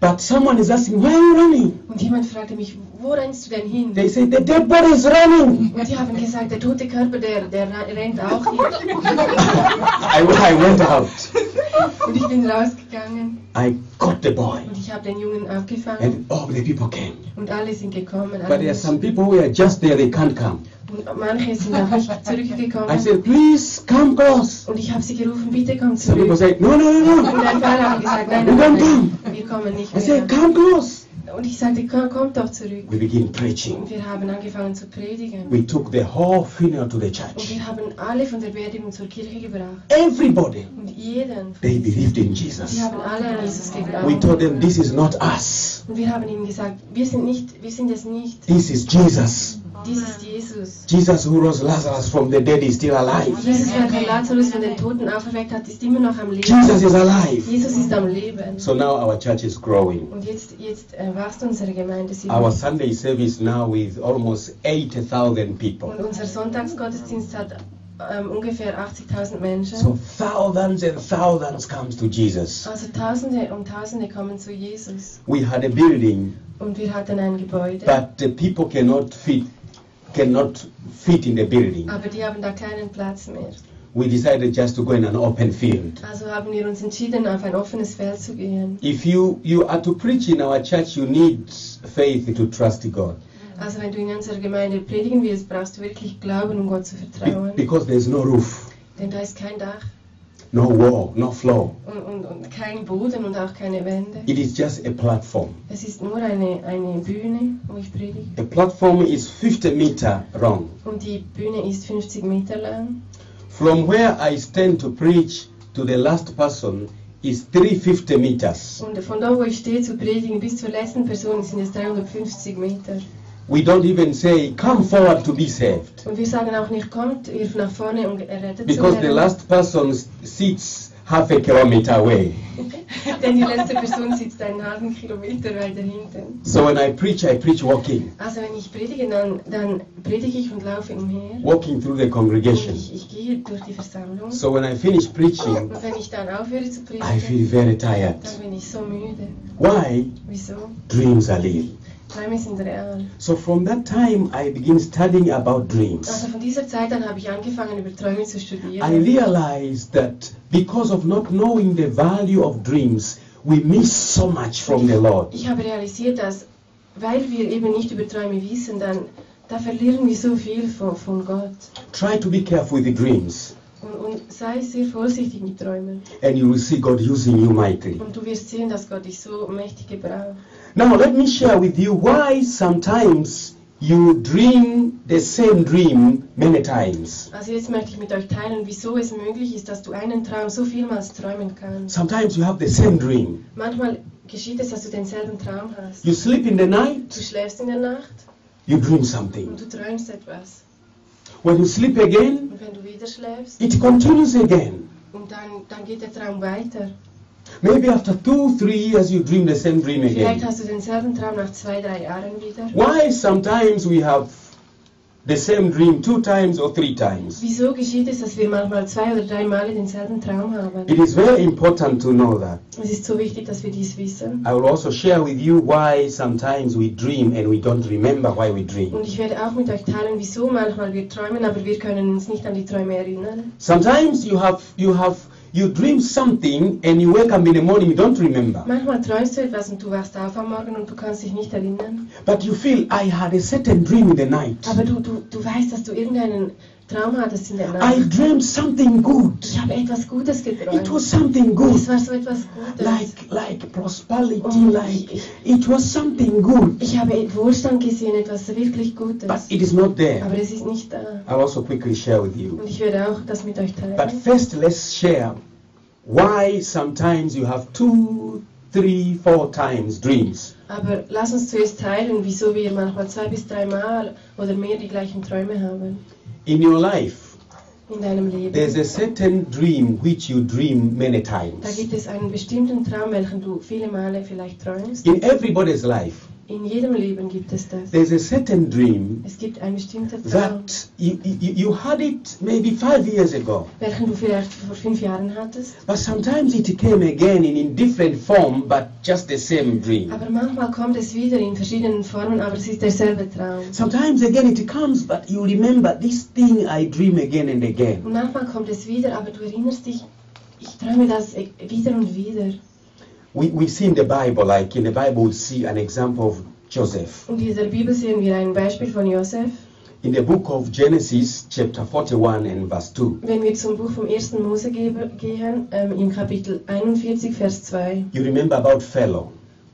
But someone is asking, why are you running? Und jemand fragte mich, wo rennst du denn hin? They say, the dead body is running. Und die haben gesagt, der tote Körper, der, der ra- rennt auch hin. I, I went out. Und ich bin rausgegangen I caught the boy. und ich habe den Jungen aufgefangen. And all the people came. Und alle sind gekommen. alle But there are some people who are just there, they can't come. Menschen. Und manche sind auch nicht I zurückgekommen. said, please come close. Und ich habe sie gerufen, bitte komm Some people zurück. said, no, no, no, Und no. ein paar haben gesagt, nein, Wir nein, kommen. nein, wir kommen nicht I said, mehr. come close. Und ich sagte, komm, komm doch zurück. We begin Und preaching. wir haben angefangen zu predigen. We took the whole funeral to the Und church. wir haben alle von der Beerdigung zur Kirche gebracht. Everybody, Und jeden. they believed in Sie Jesus. haben alle an Jesus We geglaubt. told them, this is not us. Und wir haben ihnen gesagt, wir sind nicht, wir sind es nicht. This is Jesus. Dies ist Jesus. Jesus who rose Lazarus from the dead is still alive. Jesus, welcher Lazarus von den Toten auferweckt hat, ist immer noch am Jesus Leben. is alive. Jesus ist am Leben. So now our church is growing. Und jetzt, jetzt äh, wächst unsere Gemeinde. Sie Our und Sunday service now with almost 80,000 people. unser Sonntagsgottesdienst hat ähm, ungefähr 80.000 Menschen. So thousands and thousands comes to Jesus. Also Tausende und Tausende kommen zu Jesus. We had a building, Und wir hatten ein Gebäude. but the people cannot fit, cannot fit in the building. aber die haben da keinen Platz mehr. We decided just to go in an open field. Also haben wir uns entschieden, auf ein offenes Feld zu gehen. If you, you are to preach in our church, you need faith to trust God. Also wenn du in unserer Gemeinde predigen willst, brauchst du wirklich Glauben, um Gott zu Be- vertrauen. because there's no roof, Denn da ist kein Dach no wall, no floor. und, und, und kein Boden und auch keine Wände. It is just a platform. Es ist nur eine, eine Bühne, wo ich predige. The platform is 50 meter long. Und die Bühne ist 50 Meter lang. From where I stand to preach to the last person is 350 meters. Und von da, wo ich stehe zu predigen, bis zur letzten Person sind es 350 Meter. We don't even say, come forward to be saved. Und wir sagen auch nicht, kommt, wirf nach vorne und errettet zu Because the werden. last person s- sits half a kilometer away. Denn die letzte Person sitzt einen halben Kilometer weiter hinten. So when I preach, I preach walking, Also wenn ich predige, dann, dann predige ich und laufe umher. walking through the Und congregation. ich, ich gehe durch die Versammlung. So when I finish preaching, Und wenn ich dann aufhöre zu I predigen, feel very tired. dann bin ich so müde. Why? Wieso? Dreams are real. Träume sind real. So from that time, I begin studying about dreams. Also von dieser Zeit an habe ich angefangen, über Träume zu studieren. I realized that because of not knowing the value of dreams, we miss so much from the Lord. Ich habe realisiert, dass, weil wir eben nicht über Träume wissen, dann da verlieren wir so viel von, von Gott. Try to be careful with the dreams, Und, und sei sehr vorsichtig mit Träumen. and you will see God using you mightily. Und du wirst sehen, dass Gott dich so mächtig gebraucht. Now, let me share with you why sometimes you dream the same dream many times. Also jetzt möchte ich mit euch teilen, wieso es möglich ist, dass du einen Traum so vielmals träumen kannst. Sometimes you have the same dream. Manchmal geschieht es, dass du denselben Traum hast. You sleep in the Du night, schläfst in der Nacht you dream und something. du träumst etwas. When you sleep again, Und wenn du wieder schläfst, it continues again. und dann, dann geht der Traum weiter. Maybe after two, three years, you dream the same dream again. Vielleicht hast du denselben Traum nach zwei, drei Jahren wieder. Why sometimes we have the same dream two times or three times? Wieso geschieht es, dass wir manchmal zwei oder drei Male denselben Traum haben? It is very important to know that. Es ist so wichtig, dass wir dies wissen. I will also share with you why sometimes we dream and we don't remember why we Und dream. ich werde auch mit euch teilen, wieso manchmal wir träumen, aber wir können uns nicht an die Träume erinnern. Sometimes you have you have you dream something and you wake up in the morning, you don't remember. Manchmal träumst du etwas und du wachst auf am Morgen und du kannst dich nicht erinnern. But you feel, I had a certain dream in the night. Aber du, du, du weißt, dass du irgendeinen Traum hattest in der I Nacht. dreamed something good. Ich habe etwas Gutes It geträumt. was something Es good. war so etwas Gutes. Like, like prosperity, Oh, like, it was something good. Ich habe Wohlstand gesehen, etwas wirklich Gutes. But it is not Aber there. es ist nicht da. I'll also quickly share with you. Und ich werde auch das mit euch teilen. But first, let's share why sometimes you have two, three, four times dreams. Aber lass uns zuerst teilen, wieso wir manchmal zwei bis dreimal oder mehr die gleichen Träume haben In your life, in deinem Leben. there's a certain dream which you dream many Da times. gibt es einen bestimmten Traum, welchen du viele Male vielleicht träumst. In everybody's life, In jedem Leben gibt es das. there's a certain dream Es gibt einen bestimmten Traum, that you, you, you had it maybe five years ago, welchen du vielleicht vor fünf Jahren hattest. but sometimes it came again in, in different form, but just the same dream. Aber manchmal kommt es wieder in verschiedenen Formen, aber es ist derselbe Traum. Sometimes again it comes, but you remember this thing I dream again and again. Und manchmal kommt es wieder, aber du erinnerst dich, ich träume das e- wieder und wieder. We, we see in the Bible, like in the Bible, we see an example of Joseph. Und in dieser Bibel sehen wir ein Beispiel von Josef. In the book of Genesis, chapter 41 and verse 2, Wenn wir zum Buch vom 1. Mose gebe- gehen, ähm, im Kapitel 41, Vers 2. you remember about Pharaoh.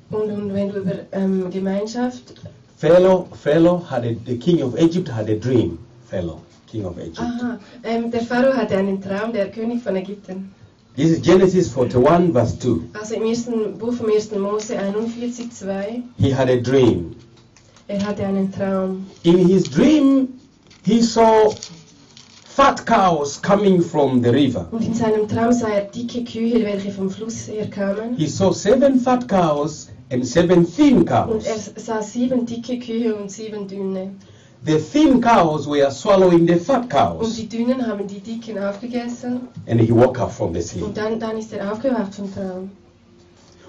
Und, und wenn du über ähm, Gemeinschaft, Pharaoh, Pharaoh had a, the king of Egypt had a dream. Pharaoh, king of Egypt. aha, ähm, der Pharao hatte einen Traum, der König von Ägypten. This is Genesis 41 verse 2. Also im ersten Buch vom 1. Mose 41, 2, He had a dream. er hatte einen Traum. In his dream, he saw fat cows coming from the river. Und in seinem Traum sah er dicke Kühe, welche vom Fluss her kamen. He saw seven fat cows and seven thin Und er cows. sah sieben dicke Kühe und sieben dünne. The thin cows were swallowing the fat Und cows. die Dünnen haben die Dicken aufgegessen. And he woke up from the Und sleep. dann, dann ist er aufgewacht vom Traum.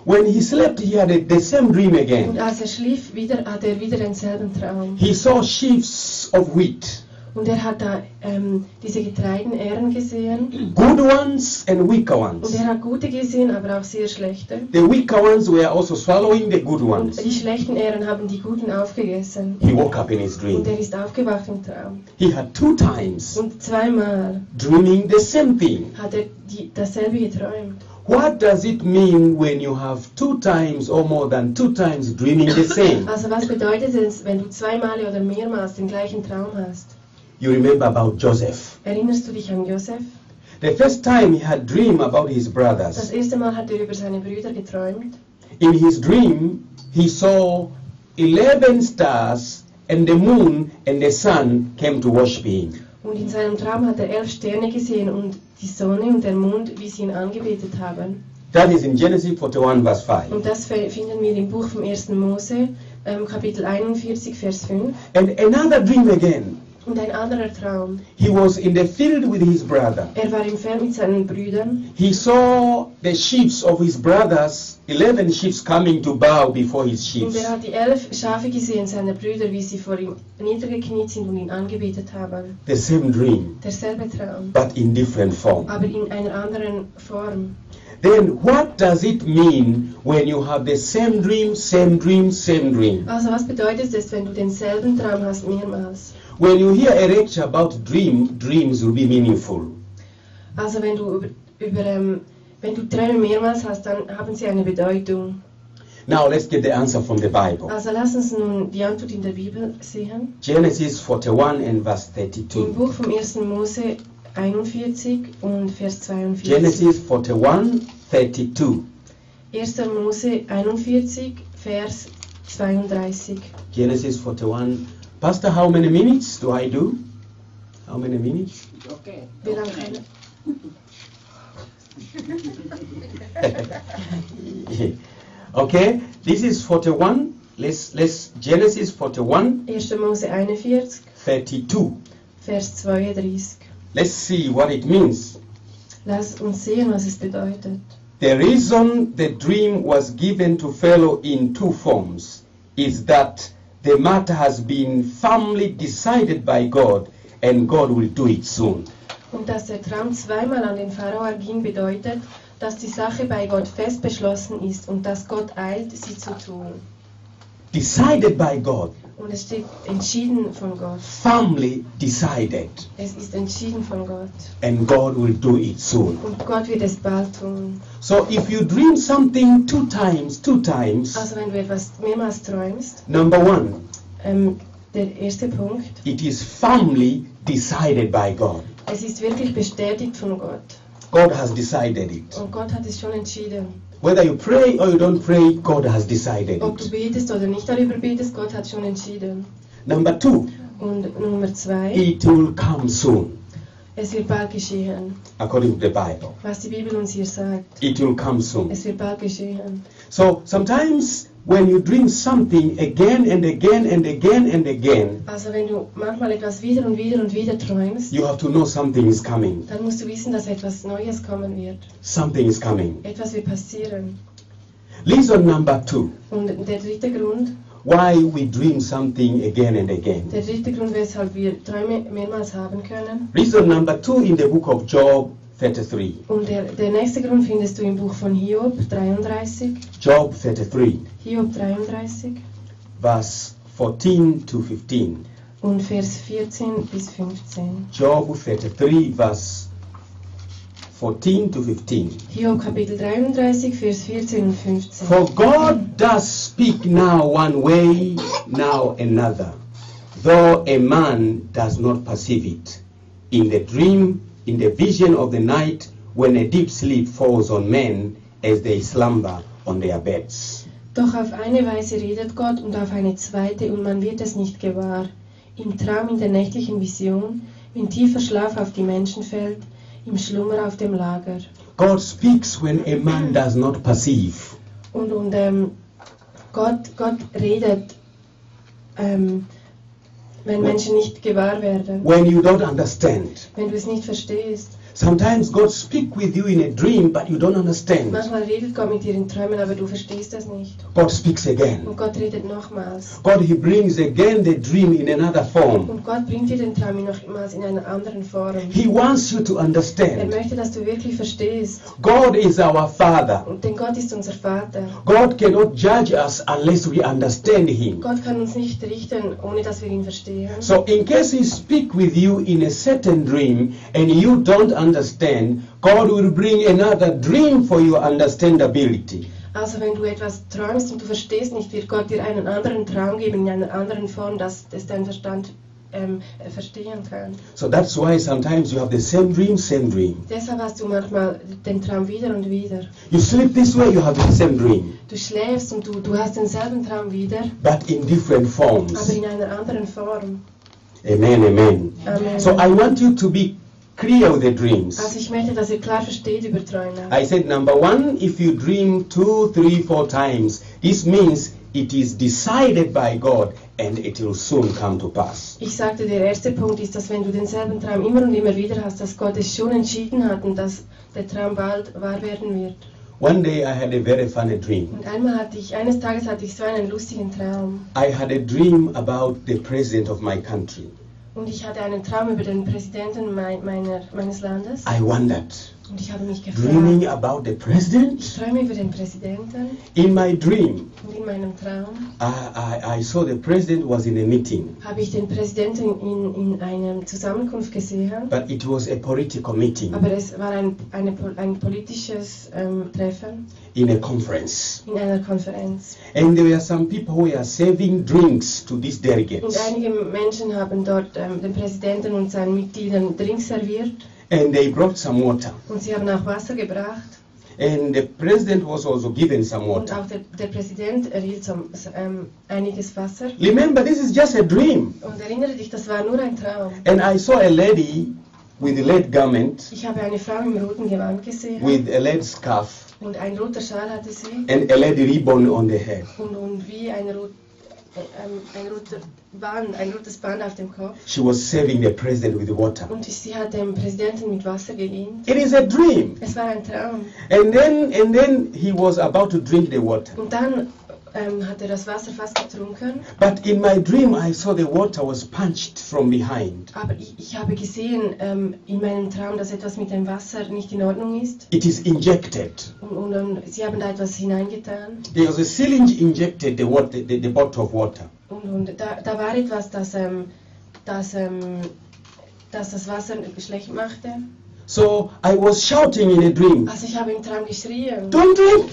When he slept, he had a, the same dream Und again. als er schlief, wieder, hatte er wieder denselben Traum. He saw sheaves of wheat, Und er hat da ähm, diese Getreidenähren gesehen. good ones and weaker Und ones. er hat gute gesehen, aber auch sehr schlechte. The weaker ones were also swallowing the good Und ones. die schlechten Ähren haben die guten aufgegessen. He woke up in his Und er dream. ist aufgewacht im Traum. He had two times Und zweimal dreaming the same thing. hat er die, dasselbe geträumt. What does it mean when you have two times or more than two times dreaming the same? Also was bedeutet es, wenn du zweimal oder mehrmals den gleichen Traum hast? You remember about Joseph. Erinnerst du dich an Josef? The first time he had dream about his Das brothers. erste Mal hat er über seine Brüder geträumt. In his dream, he saw 11 stars and the moon and the sun came to worship him. Und in seinem Traum hat er elf Sterne gesehen und die Sonne und der Mond, wie sie ihn angebetet haben. That is in Genesis 41 verse Und 5. das fe- finden wir im Buch vom 1. Mose, ähm, Kapitel 41, Vers 5. And another dream again. Und ein anderer Traum. He was in the field with his brother. Er war im Feld mit seinen Brüdern He saw the sheep of his brothers, 11 sheep coming to bow before his sheep. und er hat die elf Schafe gesehen seiner Brüder, wie sie vor ihm niedergekniet sind und ihn angebetet haben. The same dream, Derselbe Traum, but in different form. aber in einer anderen Form. Then what does it mean when you have the same dream, same dream, same dream? Also was bedeutet es, wenn du denselben Traum hast mehrmals? When you hear a lecture about dream, dreams will be meaningful. Also wenn du über, über ähm, wenn du Träume mehrmals hast, dann haben sie eine Bedeutung. Now let's get the answer from the Bible. Also lass uns nun die Antwort in der Bibel sehen. Genesis 41 and verse Im 32. Buch vom 1. Mose 41 und Vers 42. Genesis 41, 32. 1. Mose 41, Vers 32. Genesis 41. Pastor, how many minutes do I do? How many minutes? Okay. Wir haben keine. okay, this is 41. Let's let's Genesis 41 1. Mose 41, 32. Vers 32. Let's see what it means. Lass uns sehen, was es bedeutet. The reason the dream was given to Pharaoh in two forms is that the matter has been firmly decided by God and God will do it soon. Und dass der Traum zweimal an den Pharao erging, bedeutet, dass die Sache bei Gott fest beschlossen ist und dass Gott eilt, sie zu tun. Decided by God, Und es steht entschieden von Gott. firmly decided, Es ist entschieden von Gott. and God will do it soon. Und Gott wird es bald tun. So if you dream something two times, two times, Also wenn du etwas mehrmals träumst, number one, ähm, der erste Punkt, it is firmly decided by God. es ist wirklich bestätigt von Gott. God has decided it. Und Gott hat es schon entschieden. Whether you pray or you don't pray, God has decided Ob du it. betest oder nicht darüber betest, Gott hat schon entschieden. Number two, Und Nummer zwei, it will come soon, es wird bald geschehen. according to the Bible. Was die Bibel uns hier sagt, It will come soon. es wird bald geschehen. So sometimes when you dream something again and again and again and again, Also wenn du manchmal etwas wieder und wieder und wieder träumst, you have to know something is coming. dann musst du wissen, dass etwas Neues kommen wird. Something is coming. Etwas wird passieren. Reason number two Und der dritte Grund, why we dream something again and again. der dritte Grund, weshalb wir Träume mehrmals haben können. Reason number two in the book of Job 33. Und der, der nächste Grund findest du im Buch von Hiob 33. Job 33, Hiob 33 verse 14 to 15. und Vers 14 bis 15. Job 33, verse 14 to 15. Hiob Kapitel 33, Vers 14 und 15. For God does speak now one way, now another, though a man does not perceive it. In the dream, in the vision of the night, when a deep sleep falls on men as they slumber on their beds. Doch auf eine Weise redet Gott und auf eine zweite, und man wird es nicht gewahr. Im Traum, in der nächtlichen Vision, wenn tiefer Schlaf auf die Menschen fällt, im Schlummer auf dem Lager. God speaks when a man does not perceive. Und, und ähm, Gott, Gott redet, ähm, wenn Menschen nicht gewahr werden, When you don't understand. wenn du es nicht verstehst. Sometimes God speaks with you in a dream, but you don't understand. Manchmal redet Gott mit dir in Träumen, aber du verstehst es nicht. God speaks again. Und Gott redet nochmals. God, He brings again the dream in another form. Und Gott bringt dir den Traum nochmals in einer anderen Form. He wants you to Er understand. möchte, dass du wirklich verstehst. God is our Father. Und Denn Gott ist unser Vater. God cannot judge us unless we understand Him. Gott kann uns nicht richten, ohne dass wir ihn verstehen. So, in case He speak with you in a certain dream and you don't understand, God will bring another dream for your understandability. Also wenn du etwas träumst und du verstehst nicht, wird Gott dir einen anderen Traum geben, in einer anderen Form, dass es dein Verstand ähm, äh, verstehen kann. So that's why sometimes you have the same dream, same dream. Deshalb hast du manchmal den Traum wieder und wieder. You sleep this way, you have the same dream, Du schläfst und du, du hast denselben Traum wieder, but in different aber forms. in Uh, einer anderen Form. Amen, amen. Amen. So also- I want you to be clear with the Also dreams. ich möchte, dass ihr klar versteht über Träume. I said number one, if you dream two, three, four times, this means it is decided by God and it will soon come to pass. Ich sagte, der erste Punkt ist, dass wenn du denselben Traum immer und immer wieder hast, dass Gott es schon entschieden hat und dass der Traum bald wahr werden wird. One day I had a very funny dream. Und einmal hatte ich, eines Tages hatte ich so einen lustigen Traum. I had a dream about the president of my country. Und ich hatte einen Traum über den Präsidenten mei- meiner, meines Landes. I wondered, Und ich habe mich gefragt, dreaming about the ich president? träume über den Präsidenten In my dream, und in meinem Traum I, I, I saw the president was in a meeting, habe ich den Präsidenten in, in einer Zusammenkunft gesehen. but it was a political meeting Aber es war ein, eine, pol- ein politisches ähm, Treffen in a conference. in einer Konferenz. And there were some people who were serving drinks to these Und delegates. einige Menschen haben dort ähm, den Präsidenten und seinen Mitgliedern Drinks serviert And they brought some water. und sie haben auch Wasser gebracht. And the president was also given some Und water. auch der, der Präsident erhielt so, so, ähm, einiges Wasser. Remember, this is just a dream. Und erinnere dich, das war nur ein Traum. And I saw a lady with a red garment, Ich habe eine Frau im roten Gewand gesehen with a red scarf, und ein roter Schal hatte sie and a red ribbon on the head. und, und wie ein, rot, äh, ähm, ein roter Band, ein rotes Band auf dem Kopf. She was serving the president with water. Und sie hat dem Präsidenten mit Wasser gedient. It is a dream. Es war ein Traum. And then, and then he was about to drink the water. Und dann ähm, hat er das Wasser fast getrunken, But in my dream, I saw the water was punched from behind. aber ich, ich habe gesehen ähm, in meinem Traum, dass etwas mit dem Wasser nicht in Ordnung ist. It is injected. Und, und ähm, sie haben da etwas hineingetan There was a syringe injected the, water, the, the bottle of water. und, und da, da war etwas, das, ähm, das, ähm, das das Wasser schlecht machte. So I was shouting in a dream, Also ich habe im Traum geschrien. Don't drink!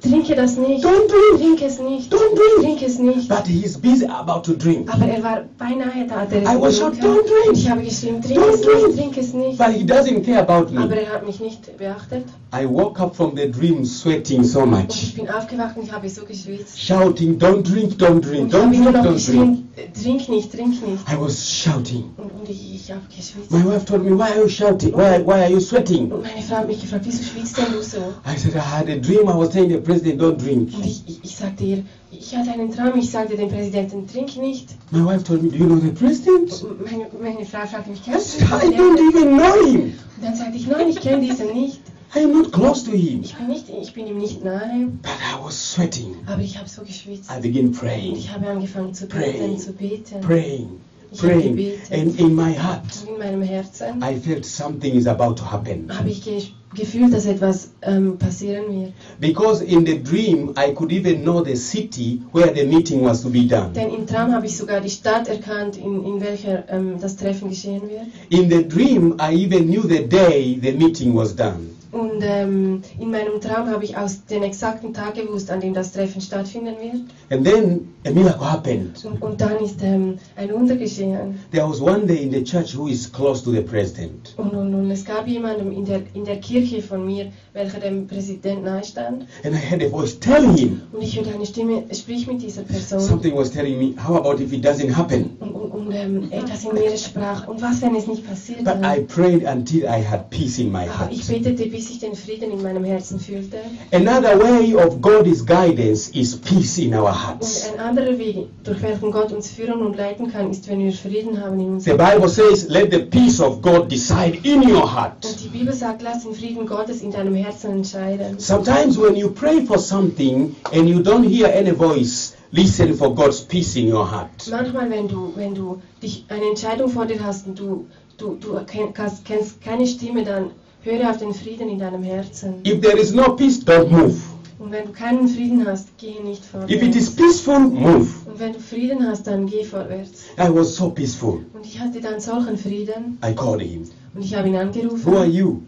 Trinke das nicht. Don't drink. Trink es nicht. Don't drink. Trink es nicht. But he is busy about to drink. Aber er war beinahe da, der I was getrunken. shout, "Don't drink. Und Ich habe geschrieben, trink Don't es drink." nicht, trink es nicht. But he doesn't care about Aber me. er hat mich nicht beachtet. I woke up from the dream sweating so Und much. ich bin aufgewacht und ich habe so geschwitzt. Shouting, don't drink, don't Und drink, ich habe don't immer noch drink, don't drink. geschrien, äh, trink nicht, trink nicht. I was shouting. Und, und ich, ich habe geschwitzt. My wife told me, why are you shouting? Why, why are you sweating? Und meine Frau hat mich gefragt, wieso schwitzt denn du so? I said, I had a dream. I was telling the president, don't drink. Und ich, ich, ich sagte ihr, ich hatte einen Traum, ich sagte dem Präsidenten, trink nicht. My wife told me, do you know the president? Und meine, meine Frau fragte mich, I kennst du said, den I don't Präsidenten? even know him. Und dann sagte ich, nein, ich kenne diesen nicht. I am not close to him. Ich bin, nicht, ich bin ihm nicht nahe, But I was sweating. aber ich habe so geschwitzt. I began Und praying, ich habe angefangen zu Pray. beten, zu beten. praying, Ich habe praying. gebetet. And in my heart, Und in meinem Herzen I felt something is about to happen. habe ich ge gefühlt, dass etwas ähm, passieren wird. Because in the dream, I could even know the city where the meeting was to be done. Denn im Traum habe ich sogar die Stadt erkannt, in, in welcher ähm, das Treffen geschehen wird. In the dream, I even knew the day the meeting was done. Und ähm, in meinem Traum habe ich aus den exakten Tag gewusst, an dem das Treffen stattfinden wird. And then a miracle happened. Und, und dann ist ähm, ein Wunder geschehen. There was one day in the church who is close to the president. Und, und, und es gab jemanden in der, in der Kirche von mir, welcher dem Präsidenten nahstand. And I heard a voice tell him. Und ich hörte eine Stimme, sprich mit dieser Person. Something was telling me, how about if it doesn't happen? Und, und, und ähm, etwas in mir sprach, und was, wenn es nicht passiert But I wäre? prayed until I had peace in my Aber heart. ich betete, bis ich den Frieden in meinem Herzen fühlte. Another way of God's guidance is peace in our Und hearts. ein anderer Weg, durch welchen Gott uns führen und leiten kann, ist, wenn wir Frieden haben in uns. The Bible says, let the peace of God decide in your heart. Und die Bibel sagt, lass den Frieden Gottes in deinem Herzen entscheiden. Sometimes when you pray for something and you don't hear any voice, listen for God's peace in your heart. Manchmal, wenn du, wenn du dich eine Entscheidung vor dir hast und du, du, du erken- kannst, kennst keine Stimme, dann höre auf den Frieden in deinem Herzen. If there is no peace, don't move. Und wenn du keinen Frieden hast, gehe nicht vorwärts. If it is peaceful, move. Und wenn du Frieden hast, dann geh vorwärts. I was so peaceful. Und ich hatte dann solchen Frieden I called him. und ich habe ihn angerufen. Who are you?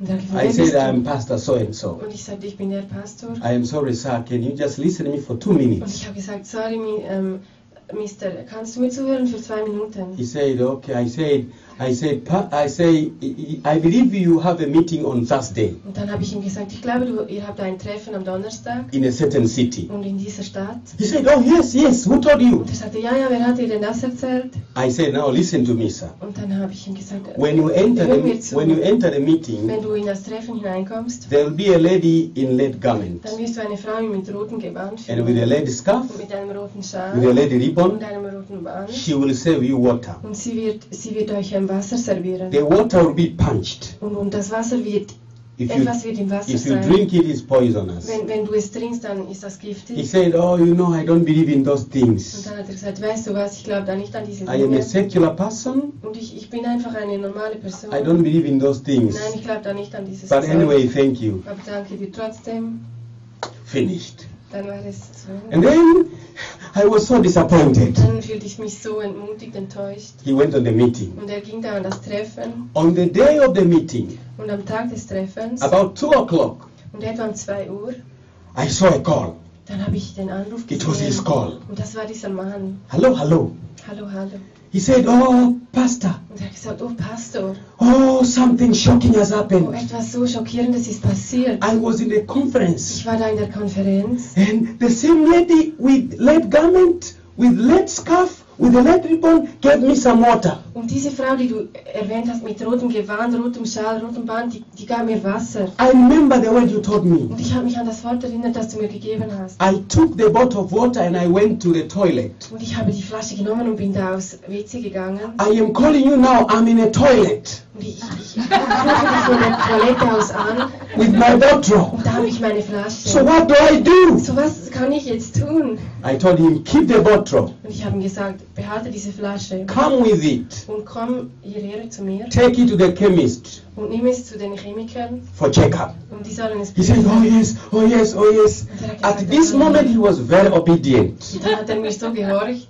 Und er gefragt, I wer bist said, I'm du? Pastor so and so. Und ich sagte, ich bin der Pastor. I am sorry, sir. Can you just listen to me for two Und minutes? ich habe gesagt, sorry, mi- ähm, Mister, kannst du mir zuhören für zwei He Minuten? said, okay. I said, I said, "Pa- I say, I- I I believe you have a meeting on Thursday Und dann habe ich ihm gesagt, ich glaube, du, ihr habt ein Treffen am Donnerstag in a certain city. und in dieser Stadt. He said, oh, yes, yes. Who told you? Und er sagte, ja, ja, wer hat dir denn das erzählt? I said, now listen to me, sir. Und dann habe ich ihm gesagt, äh, When you enter the, hör mir zu. when you enter the wenn meeting, du in das Treffen hineinkommst, there will be a lady in red garment dann wirst du eine Frau mit rotem Gewand and with a finden, red scarf, und mit einem roten with a Schal red und ribbon. einem roten Band. She will serve you water. Und sie wird, sie wird euch ein Wasser servieren. The water will be punched. Und, und das Wasser wird, If you etwas wird im Wasser if you sein. drink it, it's poisonous. Wenn, wenn du es trinkst, dann ist das He giftig. said, oh, you know, I don't believe in those Und things. dann hat er gesagt, weißt du was, ich glaube da nicht an diese I am a Dinge. secular person. Und ich, ich bin einfach eine normale Person. I don't believe in those things. Nein, ich glaube da nicht an dieses But Zeug. anyway, thank you. Aber danke dir trotzdem. Finished. Dann war es zu Ende. And then I was so disappointed. Dann fühlte ich mich so entmutigt, enttäuscht. He went on the meeting. Und er ging da an das Treffen. On the day of the meeting, Und am Tag des Treffens, about 2 o'clock, und etwa um 2 Uhr, I saw a call. dann habe ich den Anruf It was his gesehen. call. Und das war dieser Mann. Hello, hello. Hallo, hallo. He said, Oh, Pastor, Und er hat gesagt, oh Pastor, oh, something shocking has oh, happened. etwas so Schockierendes ist passiert. I was in a conference, Ich war da in der Konferenz and the same lady with red garment, with red scarf, with a red ribbon gave me some water. und diese Frau, die du erwähnt hast, mit rotem Gewand, rotem Schal, rotem Band, die, die gab mir Wasser. I remember the word you told me. Und ich habe mich an das Wort erinnert, das du mir gegeben hast. I took the bottle of water and I went to the toilet. Und ich habe die Flasche genommen und bin da aus WC gegangen. I am calling you now, I'm in a toilet. Und ich, ich, ich rufe dich von der Toilette aus an. with my bottle. Und da habe ich meine So Flasche. what do I do? So was kann ich jetzt tun? I told him, keep the bottle, Und ich habe ihm gesagt, behalte diese Flasche come with it, und komm hierher zu mir take it to the chemist und nimm es zu den Chemikern for checkup. und die sollen es He said, oh yes, oh yes, oh yes. At this moment, he was very obedient. Und dann hat er mir so gehorcht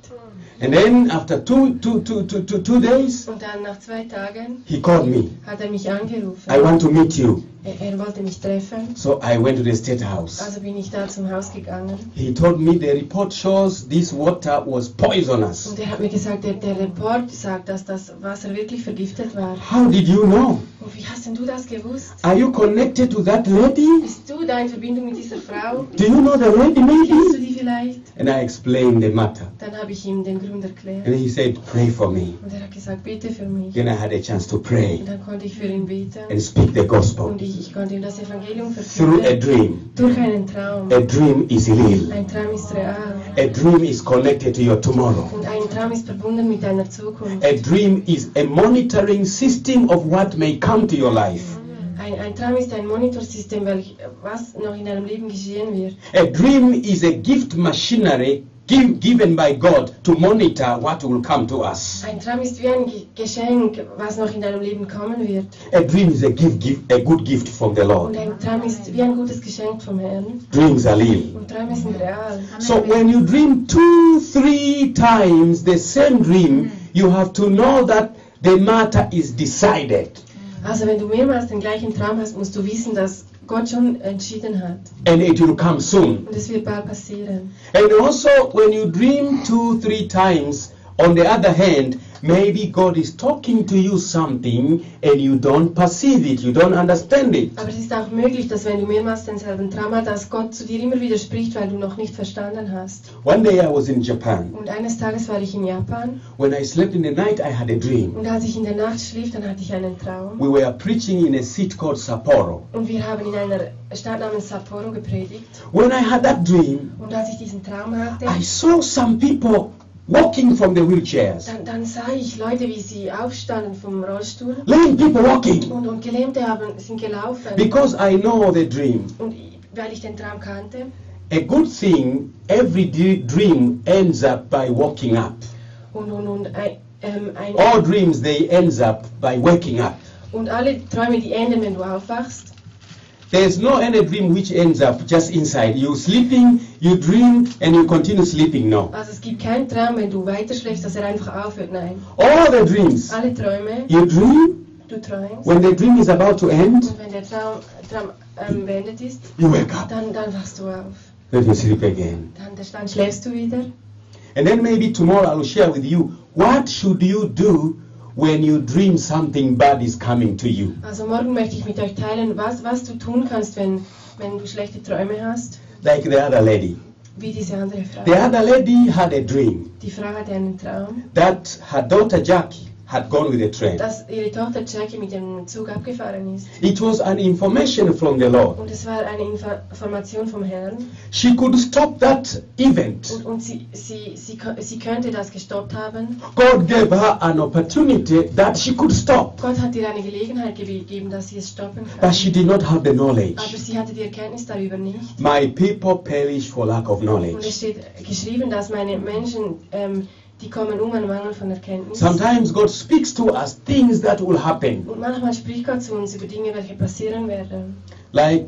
And then after two, two, two, two, two, two days, und dann nach zwei Tagen he called me. hat er mich angerufen. I want to meet you. Er, er wollte mich treffen, So I went to the state house. also bin ich da zum Haus gegangen He told me the report shows this water was poisonous. und er hat mir gesagt, der, der Report sagt, dass das Wasser wirklich vergiftet war. How did you know? Und wie hast denn du das gewusst? Are you connected to that lady? Bist du da in Verbindung mit dieser Frau? Do you know the lady Kennst du maybe? die vielleicht? And I explained the matter. Dann habe ich ihm den Grund And erklärt he said, Pray for me. und er hat gesagt, bitte für mich. Then I had a chance to Und pray dann konnte ich für ihn beten and speak the gospel und ich, ich konnte ihm das Evangelium through a verkünden. dream. Durch einen Traum. A dream is real. Ein Traum ist real. A dream is connected to your tomorrow. Und ein Traum ist verbunden mit deiner Zukunft. A dream is a monitoring system of what may come to your life. Ein, ein Traum ist ein Monitorsystem, welch, was noch in deinem Leben geschehen wird. A dream is a gift machinery give, given by God to monitor what will come to us. Ein Traum ist wie ein Ge- Geschenk, was noch in deinem Leben kommen wird. A dream is a gift, gift a good gift from the Und Lord. ein Traum ist wie ein gutes Geschenk vom Herrn. Dreams are real. Und Träume sind real. So when you dream two, three times the same dream, you have to know that the matter is decided Also wenn du mehrmals den gleichen Traum hast, musst du wissen, dass Gott schon entschieden hat. and it will come soon. Und es wird bald passieren. And also when you dream two, three times, on the other hand, maybe God is talking to you something and you don't perceive it, you don't understand it. Aber es ist auch möglich, dass wenn du mehrmals denselben Traum hast, dass Gott zu dir immer wieder spricht, weil du noch nicht verstanden hast. One day I was in Japan. Und eines Tages war ich in Japan When I slept in the night, I had a dream. und als ich in der Nacht schlief, dann hatte ich einen Traum. We were preaching in a city called Sapporo. Und wir haben in einer Stadt namens Sapporo gepredigt. When I had that dream, Und als ich diesen Traum hatte, I saw some people walking from the wheelchairs. dann, dann sah ich Leute, wie sie aufstanden vom Rollstuhl Lame people walking. und, und Gelähmte haben, sind gelaufen. Because I know the dream. Und ich- weil ich den Traum kannte. A good thing, every d- dream ends up by waking up. Und, und, und, ein, ähm, ein, All dreams, they ends up by waking up. und alle Träume, die enden, wenn du aufwachst. There's no any dream which ends up just inside. You sleeping, you dream, and you continue sleeping. No. Also es gibt keinen Traum, wenn du weiterschläfst, dass er einfach aufhört. Nein. All the dreams, Alle Träume, you dream, du träumst. when the dream is about to end, Und wenn der Traum, Traum ähm, beendet ist, you wake up. dann, dann wachst du auf. Then you sleep again. Dann, dann schläfst du wieder. And then maybe tomorrow I'll share with you what should you do when you dream something bad is coming to you. Also morgen möchte ich mit euch teilen, was, was du tun kannst, wenn, wenn du schlechte Träume hast, Like the other lady. wie diese andere Frau. The other lady had a dream Die Frau hatte einen Traum, that her daughter Jackie had gone with the train. dass ihre Tochter Jackie mit dem Zug abgefahren ist. It was an information from the Lord. Und es war eine Info- Information vom Herrn. She could stop that event. Und, und sie, sie, sie, ko- sie könnte das gestoppt haben. God gave her an opportunity that she could stop, Gott hat ihr eine Gelegenheit gegeben, dass sie es stoppen but kann. she did not have the Aber knowledge. sie hatte die Erkenntnis darüber nicht. My people perish for lack of Und es knowledge. steht geschrieben, dass meine Menschen, ähm, die kommen um an Mangel von Erkenntnis. Sometimes God speaks to us things that will happen. Und manchmal spricht Gott zu uns über Dinge, welche passieren werden. Like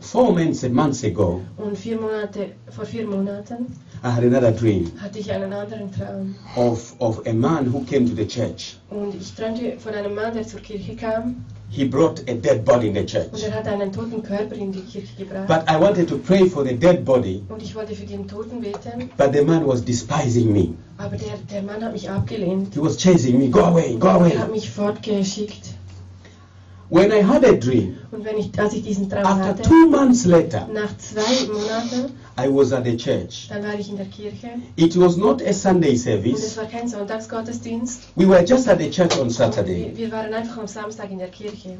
four months, months ago, Und vier Monate, vor vier Monaten I had another dream hatte ich einen anderen Traum. of, of a man who came to the church. Und ich träumte von einem Mann, der zur Kirche kam He brought a dead body in the und church. er hat einen toten Körper in die Kirche gebracht. But I wanted to pray for the dead body, und ich wollte für den Toten beten, but the man was despising me. aber der, der Mann hat mich abgelehnt. He was chasing me, go away, go Er hat away. mich fortgeschickt. When I had a dream, Und wenn ich, als ich diesen Traum after hatte, two months later, nach zwei Monaten, I was at the church. dann war ich in der Kirche It was not a Sunday und es service. war kein Sonntagsgottesdienst. We were just at the church on Saturday. Wir, wir waren einfach am Samstag in der Kirche.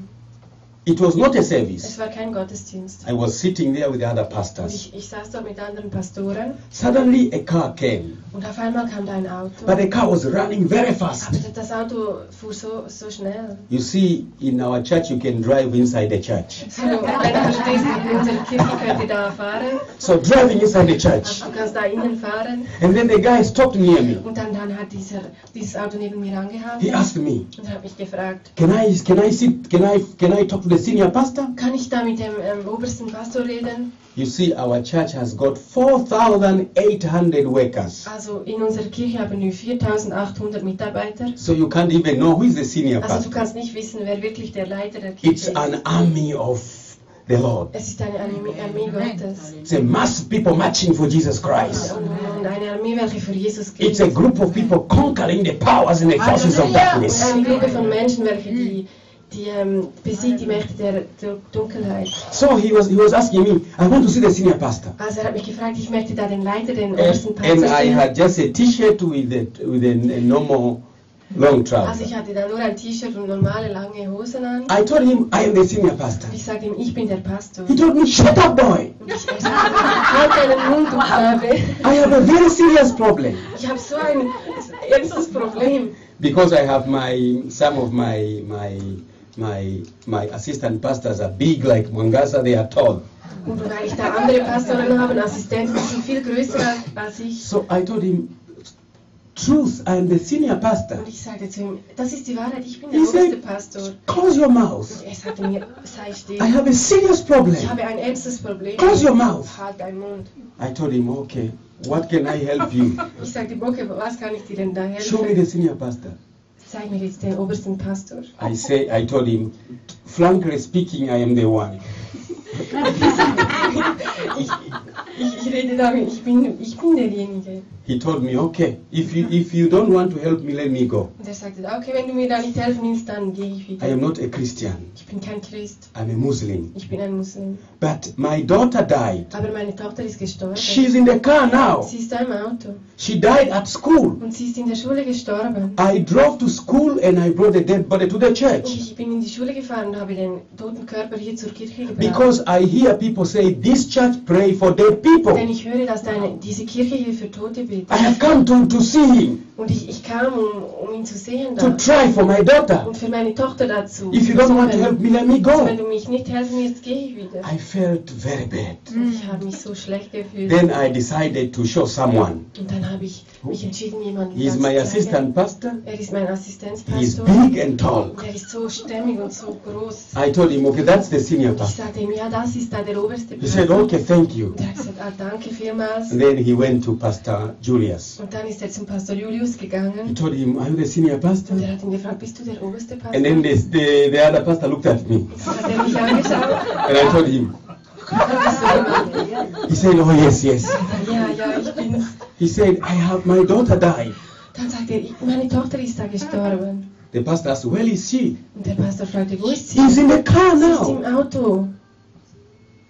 It was not a service. Es war kein Gottesdienst. I was sitting there with the other Und pastors. ich, ich saß dort mit anderen Pastoren Suddenly, a car came, und auf einmal kam da ein Auto. but the car was running very Aber fast. das Auto fuhr so, so schnell. You see, in our church, you can drive inside the church. So, wenn du verstehst, in unserer Kirche könnt ihr da fahren. So, driving inside the church. Also du kannst da innen fahren. And then the guy stopped near me. Und dann, dann hat dieser, dieses Auto neben mir angehalten. He asked me, Und er hat mich gefragt, Can I, can I sit? Can I, can I talk to the senior pastor? kann ich da mit dem ähm, obersten Pastor reden? You see, our church has got 4,800 workers. Also in unserer Kirche haben wir 4800 Mitarbeiter. So you can't even know who is the senior Also du pastor. kannst nicht wissen, wer wirklich der Leiter der It's Kirche ist. an army of the Lord. Es ist eine Armee, Armee Gottes. It's a mass people marching for Jesus Christ. Und, und eine Armee, welche für Jesus gilt. It's a group of people conquering the powers and the forces of Und darkness. eine Gruppe von Menschen, welche die, die ähm, besiegt die Mächte der, der Dunkelheit. So he was he was asking me, I want to see the senior pastor. Also er hat mich gefragt, ich möchte da den Leiter, den obersten And, and Pastor Äh, I sehen. had just a T-shirt with a with a, a normal Also long ich trouser. hatte da nur ein T-Shirt und normale lange Hosen an. I told him I am the senior pastor. Und ich sagte ihm, ich bin der Pastor. He Und told me, shut up, boy. ich ich halte einen Mund und habe, I have a very serious problem. ich habe so ein ernstes Problem. because I have my some of my my my my assistant pastors are big like Mangasa, they are tall. Und weil ich da andere Pastoren habe, und Assistenten, die sind viel größer als ich. So I told him, truth, I am the senior pastor. Und ich sagte zu ihm, das ist die Wahrheit, ich bin der He oberste said, Pastor. close your mouth. Er sagte mir, sei I still. have a serious Ich problem. habe ein ernstes Problem. Close your mouth. Halt deinen Mund. I told him, okay, what can I help you? Ich sagte, Bocke, was kann ich dir denn da Show me the helfen? senior pastor. Zeig mir jetzt den obersten Pastor. I say, I told him, frankly speaking, I am the one. Ich, ich rede damit, ich bin, ich bin derjenige. He told me, okay, if you if you don't want to help me, let me go. Und er sagte, okay, wenn du mir da nicht helfen willst, dann gehe ich I am wieder. not a Christian. Ich bin kein Christ, I'm a Muslim. ich bin ein Muslim. But my daughter died. Aber meine Tochter ist gestorben. She's in the car now. Sie ist da im Auto She died at school. und sie ist in der Schule gestorben. I drove to school and I brought the dead body to the Und church ich bin in die Schule gefahren und habe den toten Körper hier zur Kirche gebracht. because I hear people say this church pray for dead Denn people. ich höre, dass deine, diese Kirche hier für Tote betet. I have come to, to see him Und ich, ich kam, um, um ihn zu sehen da. to try for my daughter. Und für meine Tochter dazu. If you don't want to help me, let me Also wenn go. du mich nicht helfen willst, gehe ich wieder. I felt very bad. Und ich habe mich so schlecht gefühlt. Then I decided to show someone. und dann habe ich mich entschieden, jemanden das He's my zu zeigen. assistant pastor. Er ist mein He's Assistenzpastor. big and tall. Ah, Und er ist so stämmig und so groß. I told him, okay, that's the senior Ich pastor. sagte ihm, ja, das ist da der oberste He said, Pastor. okay, thank you. Und er hat gesagt, ah, danke vielmals. And then he went to Pastor Julius. Und dann ist er zum Pastor Julius He gegangen. told him, Are you the senior pastor? Und er hat ihn gefragt, bist du der oberste Pastor? And then this, the, the other pastor looked at me hat er mich angeschaut. and I told him, He said, Oh, yes, yes. Ja, ja, ich bin's. He said, I have my daughter died. Dann sagt er, ich- meine Tochter ist da gestorben. The pastor asked, Where is she? Und der Pastor fragte, wo ist sie? He's in the car Sie ist im now. Auto.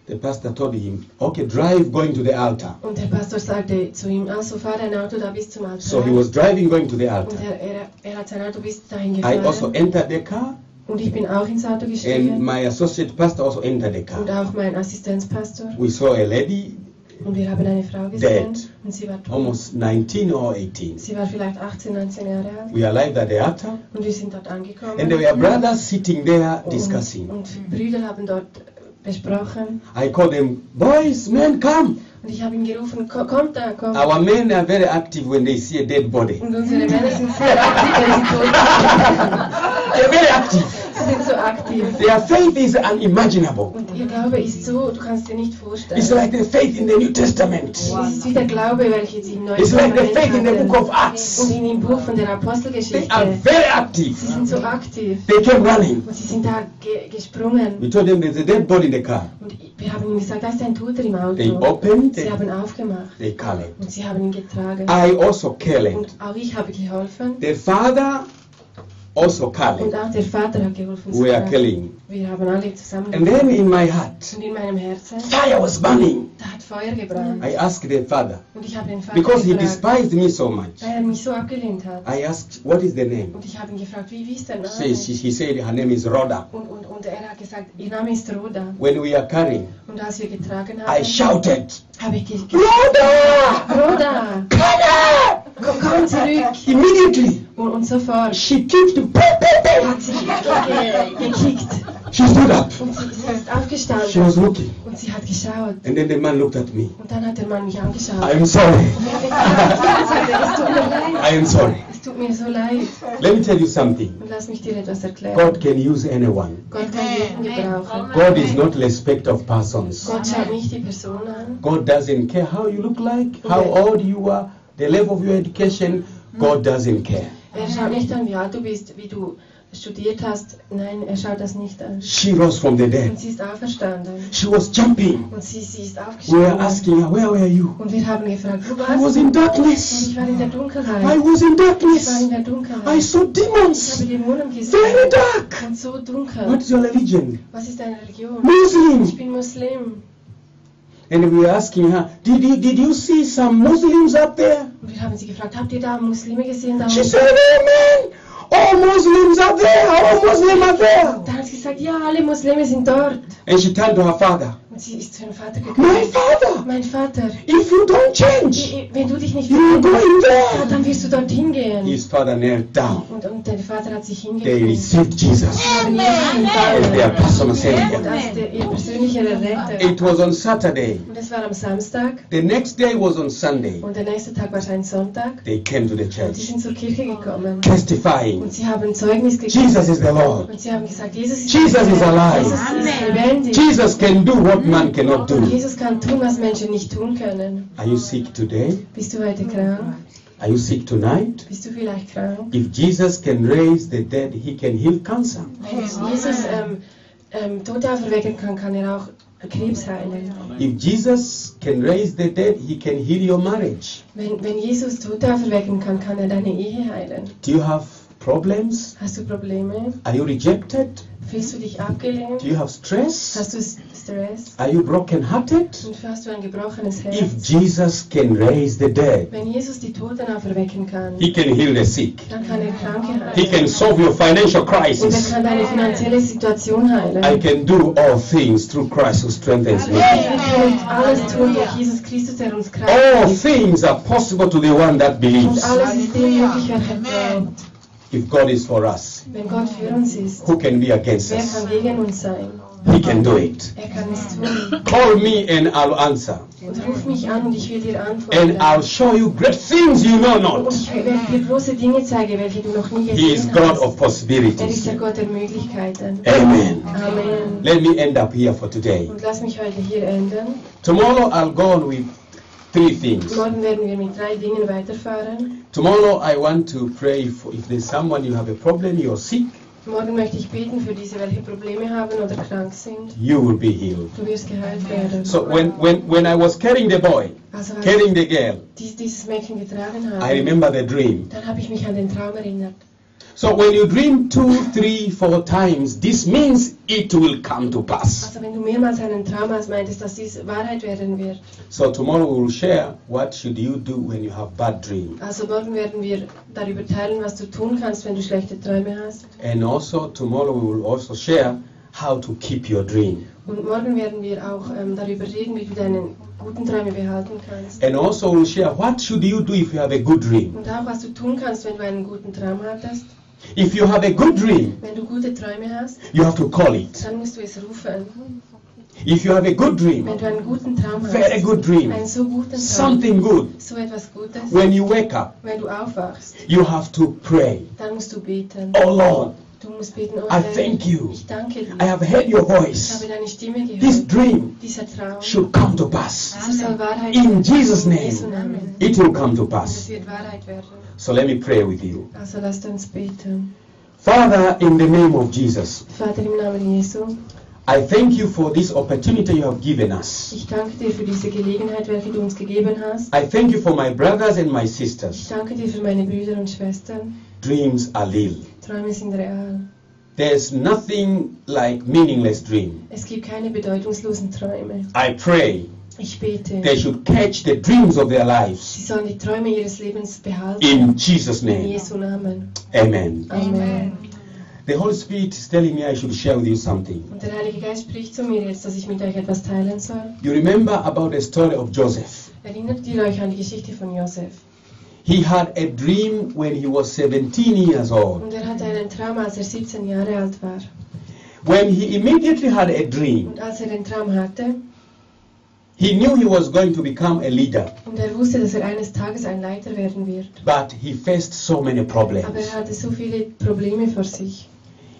The pastor told him, Okay, drive going to the altar. Und der Pastor sagte zu ihm, also fahr dein Auto da bis zum Altar. So he was driving going to the und altar. er, er, er hat sein Auto bis dahin I also gefahren. entered the car Und ich bin auch ins Auto and gestiegen. my associate pastor also entered the Und car. auch mein Assistenzpastor. We saw a lady, Und wir haben eine Frau gesehen. Dead. Und sie war tot. almost 19 or 18. Sie war vielleicht 18, 19 Jahre alt. We arrived at the altar Und wir sind dort angekommen. and there were brothers sitting there und, discussing. und Brüder haben dort besprochen. I called them, Boys, men, come. Und ich habe ihn gerufen, "Ko- kommt da, kommt. Our men are very active when they see a dead body. Und unsere Männer sind sehr aktiv, wenn sie tot They are very active. sind. Sie sind so aktiv. Their faith is unimaginable. Und ihr Glaube ist so, du kannst dir nicht vorstellen. It's like the faith in the New Testament. Es ist wie der Glaube, welcher sie im Neuen It's like the Testament faith in Ah. the hatten. book of Acts. Und in dem Buch von der They are Apostelgeschichte. very Sie active. sind so aktiv. They came running. Und sie sind da ge gesprungen. We told them there's a dead body in the car. Und wir haben ihnen gesagt, da ist ein Toter im They Auto. opened, Sie they, haben aufgemacht. they colored. Und Ah. sie haben ihn getragen. I also colored. Und auch ich habe geholfen. The father also Und Caleb. auch der Vater hat geholfen zu We are tragen. killing. Wir haben alle zusammen. And then in my heart, und in meinem Herzen, fire was burning. da hat Feuer gebrannt. I asked the father, Und ich habe den Vater because he gefragt, despised me so much. weil er mich so abgelehnt hat. I asked, what is the name? Und ich habe ihn gefragt, wie ist der She, she, Name? he said, her name is Rhoda. Und, und, und er hat gesagt, ihr Name ist Roda. When we are carrying, Und als wir getragen I haben, shouted, habe ich gesagt, Rhoda! Roda, Rhoda! komm, komm zurück. Immediately, Und, und sofort she kicked, pop, pop, pop. hat sie ge- gekickt. She stood up. Und sie, sie ist halt She aufgestanden was looking. und sie hat geschaut. And then the man looked at me. Und dann hat der Mann mich angeschaut. I'm sorry. Er sagte, es tut mir leid. I am sorry. Es tut mir so leid. Let me tell you something. Und lass mich dir etwas erklären. God can use anyone. Gott kann jeden gebrauchen. God is not respect of persons. Gott schaut nicht die Person an. God doesn't care how you look like, how old you are, the level of your education. God doesn't care. Er schaut nicht an, wie alt du bist, wie du studiert hast. Nein, er schaut das nicht an. She rose from the Und dead. sie ist auferstanden. She was jumping. Und sie, sie ist We were aufgestanden. asking her, Where were you? Und wir haben gefragt, wo I warst was du? in Und darkness. ich war in der I Dunkelheit. was in Ich war in darkness. der I Dunkelheit. Ich saw habe demons. Dämonen gesehen. Very dark. Und so What dunkel. is your religion? Was ist deine Religion? Ich Muslim. bin Muslim. And we were asking her, Did you, did you see some Muslims up there? Und wir haben sie gefragt, habt ihr da Muslime gesehen? Da She unten? said, Amen. All Muslims are there. All Muslims are there. Dann hat sie gesagt, ja, alle Muslime sind dort. And she turned to her father, Und sie ist zu ihrem Vater My gekommen. father, Mein Vater, if you don't change, i- i- wenn du dich nicht you will go in Ja, there. dann wirst du dorthin gehen. His father knelt down. Und, und dein Vater hat sich They hingekniet. received Jesus Und as their personal savior. das ist der- ihr persönlicher Retter. It was on Saturday. Und das war am Samstag. The next day was on Sunday. Und der nächste Tag war ein Sonntag. They came to the Und die church sind zur Kirche gekommen. Und testifying sie haben Zeugnis gegeben. Jesus is the Lord. Und sie haben gesagt, Jesus ist, Jesus is alive. Jesus ist lebendig. Jesus can do what man cannot do. Jesus kann tun, was Menschen nicht tun können. Are you sick today? Bist du heute krank? Are you sick tonight? Bist du vielleicht krank? If Jesus can raise the dead, he can heal cancer. Wenn Jesus ähm, ähm, Tote auferwecken kann, kann er auch Krebs heilen. If Jesus can raise the dead, he can heal your marriage. Wenn, wenn Jesus Tote auferwecken kann, kann er deine Ehe heilen. Do you have problems? Hast du Probleme? Are you rejected? Fühlst du dich Do abgelehnt? you have stress? Hast du S- Stress? Are you brokenhearted? Und hast du ein gebrochenes If Herz? Jesus can raise the dead, Wenn Jesus die Toten auferwecken kann, he can heal the sick. dann kann er Kranke He can heilen. solve your financial Und er crisis. kann deine finanzielle Situation I heilen. can do all things through Christ who strengthens me. Wir können alles tun durch Jesus Christus, der uns All kraft gibt. things are possible to the one that Und believes. alles ist dem möglich, wer vertraut. If God is for us, Wenn Gott für uns ist, who can be against wer us? kann gegen uns sein? He can do it. Er kann es tun. Call me and I'll answer. Und ruf mich an und ich will dir antworten. And I'll show you great things you know Und not. ich werde dir große Dinge zeigen, welche du noch nie He is gesehen God of hast. Er ist possibilities. der Gott der Möglichkeiten. Amen. Amen. Let me end up here for today. Und lass mich heute hier enden. Tomorrow I'll go on with three things. Morgen werden wir mit drei Dingen weiterfahren. Tomorrow I want to pray for if there's someone you have a problem, you're sick, Morgen möchte ich beten für diese, welche Probleme haben oder krank sind. you will be healed. Du wirst geheilt werden. So when, when, when I was carrying the boy, Also als ich carrying the girl, dies, dieses Mädchen getragen I habe, remember the dream. dann habe ich mich an den Traum erinnert. So when you dream two, three, four times, this means it will come to pass. Also wenn du mehrmals einen Traum hast, meintest, dass dies Wahrheit werden wird. So tomorrow we will share what should you do when you have bad dream. Also morgen werden wir darüber teilen, was du tun kannst, wenn du schlechte Träume hast. And also tomorrow we will also share how to keep your dream. Und morgen werden wir auch ähm, darüber reden, wie du deine guten Träume behalten kannst. And also we'll share what should you do if you have a good dream. Und auch, was du tun kannst, wenn du einen guten Traum hattest. If you have a good dream, Wenn du gute Träume hast, you have to call it. dann musst du es rufen. If you have a good Wenn dream, du einen guten Traum hast, very good einen dream, so guten Traum, something good. so etwas Gutes, When you wake up, wenn du aufwachst, you have to pray. dann musst du beten. Oh Lord, Du musst beten, oh I Herr, thank you. ich danke dir. I have heard your Ich habe voice. deine Stimme This gehört. dream Dieser Traum, so should come to pass. soll Wahrheit In Jesus' In name, Jesu Namen. it will come to Es pass. wird Wahrheit werden. So let me pray with you. Also lasst uns beten. Father, in the name of Jesus, Vater im Namen Jesu, I thank you for this opportunity you have given us. Ich danke dir für diese Gelegenheit, welche du uns gegeben hast. I thank you for my brothers and my Ich sisters. danke dir für meine Brüder und Schwestern. Dreams are real. Träume sind real. There's nothing like meaningless dream. Es gibt keine bedeutungslosen Träume. I pray Ich bete, they should catch the dreams of their sie lives sollen die Träume ihres Lebens behalten. in Jesus' In name. Jesu Namen. Amen. Amen. The Holy Spirit is telling me I should share with you something. Und der Heilige Geist spricht zu mir jetzt, dass ich mit euch etwas teilen soll. You remember about the story of Joseph. Erinnert ihr euch an die Geschichte von Josef? He had a dream when he was 17 years old. Und er hatte einen Traum, als er 17 Jahre alt war. When he immediately had a dream, Und als er den Traum hatte, he knew he was going to become a leader, und er wusste, dass er eines Tages ein Leiter werden wird. but he faced so many Aber problems. er hatte so viele Probleme vor sich.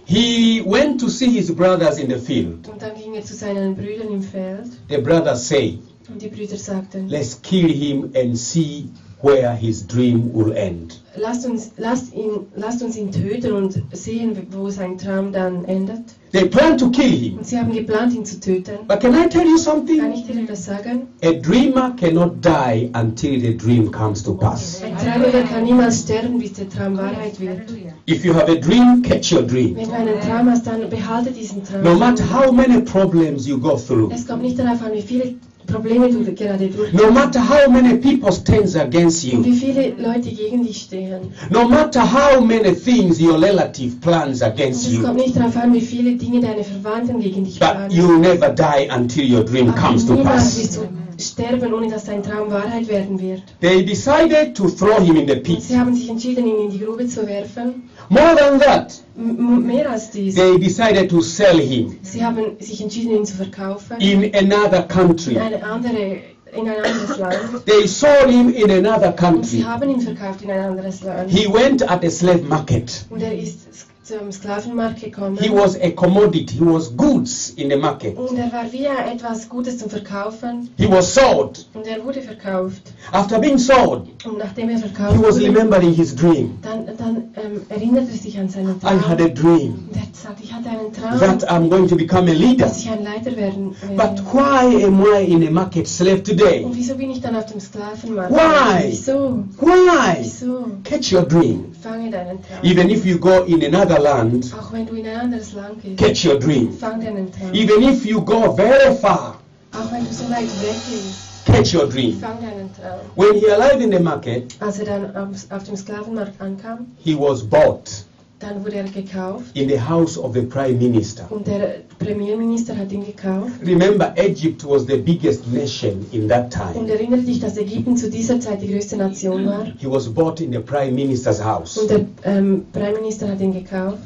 He went to see his brothers in the field. Und dann ging er zu seinen Brüdern im Feld The brothers say, und die Brüder sagten, Let's kill him and see where his dream will end. lasst uns, lasst, ihn, lasst uns ihn töten und sehen, wo sein Traum dann endet. They plan to kill him. Und sie haben geplant, ihn zu töten. But can I tell you Kann something? ich dir etwas sagen? A dreamer cannot die until the dream comes to pass. Ein Träumer kann niemals sterben, bis der Traum Wahrheit wird. If you have a dream, catch your dream. Wenn du einen Traum hast, dann behalte diesen Traum. No matter how many problems you go through, Es kommt nicht darauf an, wie viele Probleme du gerade durch no matter how many people stands against und you, wie viele Leute gegen dich stehen. Und no matter how many things your relative plans against es kommt you, nicht darauf an, wie viele Dinge deine Verwandten gegen dich but planen. you never die until your dream Aber comes to niemals wirst pass. du sterben, ohne dass dein Traum Wahrheit werden wird. They decided to throw him in the Und pit. sie haben sich entschieden, ihn in die Grube zu werfen. More than that, M- m- mehr als dies. they decided to sell him Sie haben sich entschieden, ihn zu verkaufen in another country. in, eine andere, in ein anderes Land. They sold him in another Und country. sie haben ihn verkauft in ein anderes Land. He went at a slave market. Und er ist s- zum Sklavenmarkt gekommen. He was a commodity. He was goods in the market. Und er war wieder etwas Gutes zum Verkaufen. He was sold. Und er wurde verkauft. After being sold, Und nachdem er he verkauft was wurde, remembering his dream. dann, dann ähm, erinnert er sich an seinen I Traum. had a dream Und er hat gesagt, ich hatte einen Traum, that I'm going to become a leader. dass ich ein Leiter werden werde. But why am I in a market slave Und today? wieso bin ich dann auf dem Sklavenmarkt? Why? Wieso? Why? Wieso? Catch your dream. Fange deinen Traum. Even if you go in another land, Auch wenn du in ein anderes Land gehst, catch your dream. fang deinen Traum. Even if you go very far, Auch wenn du so weit weg gehst, catch your dream. fang deinen Traum. When he arrived in the market, Als er dann auf, auf dem Sklavenmarkt ankam, he was bought dann wurde er gekauft in the house of the prime minister. und der Premierminister hat ihn gekauft. Remember, Egypt was the biggest nation in that Und time. erinnere dich, dass Ägypten zu dieser Zeit die größte Nation war. He was bought in the prime minister's house. Und der ähm, Premierminister hat ihn gekauft.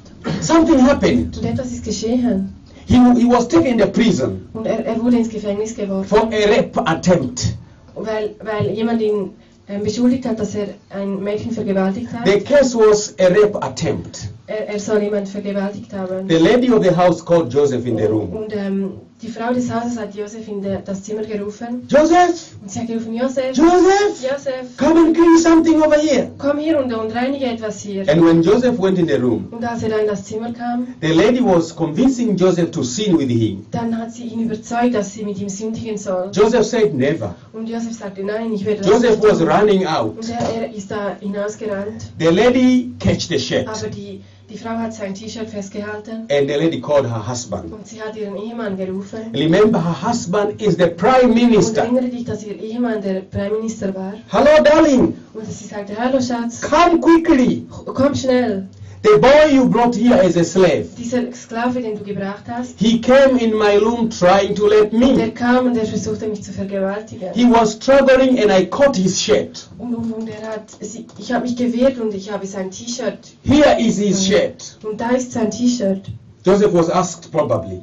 Something happened. Und etwas ist geschehen. He, he was taken to prison Und er, er wurde ins Gefängnis geworfen. for a rape attempt. Weil, weil jemand ihn ähm, beschuldigt hat, dass er ein Mädchen vergewaltigt hat. The case was a rape attempt. Er, er soll jemand vergewaltigt haben. The lady of the house called Joseph in the room. Und ähm, die Frau des Hauses hat Josef in der, das Zimmer gerufen. Joseph, Und sie hat gerufen, Josef, Joseph, Josef, come and clean something over here. komm hier und, und reinige etwas hier. And when Joseph went in the room, Und als er dann in das Zimmer kam, the lady was convincing Joseph to sin with him. dann hat sie ihn überzeugt, dass sie mit ihm sündigen soll. Joseph said, Never. Und Josef sagte, nein, ich werde das Joseph nicht was tun. running out. Und er, er ist da hinausgerannt, The lady catch the shirt, aber die, die Frau hat sein T-Shirt festgehalten and the lady called her husband. und sie hat ihren Ehemann gerufen. Remember, her husband is the prime Und minister. erinnere dich, dass ihr Ehemann der Premierminister war Hello, darling. und sie sagte, hallo Schatz, Come quickly. komm schnell, The boy you brought here as a slave. dieser Sklave, den du gebracht hast, He came in my room trying to let der me. kam und der versuchte mich zu He vergewaltigen. was struggling, and I caught his shirt. Und, und, und er hat, sie, ich habe mich gewehrt und ich habe sein T-Shirt Here is his shirt. und da ist sein T-Shirt. Joseph was asked probably,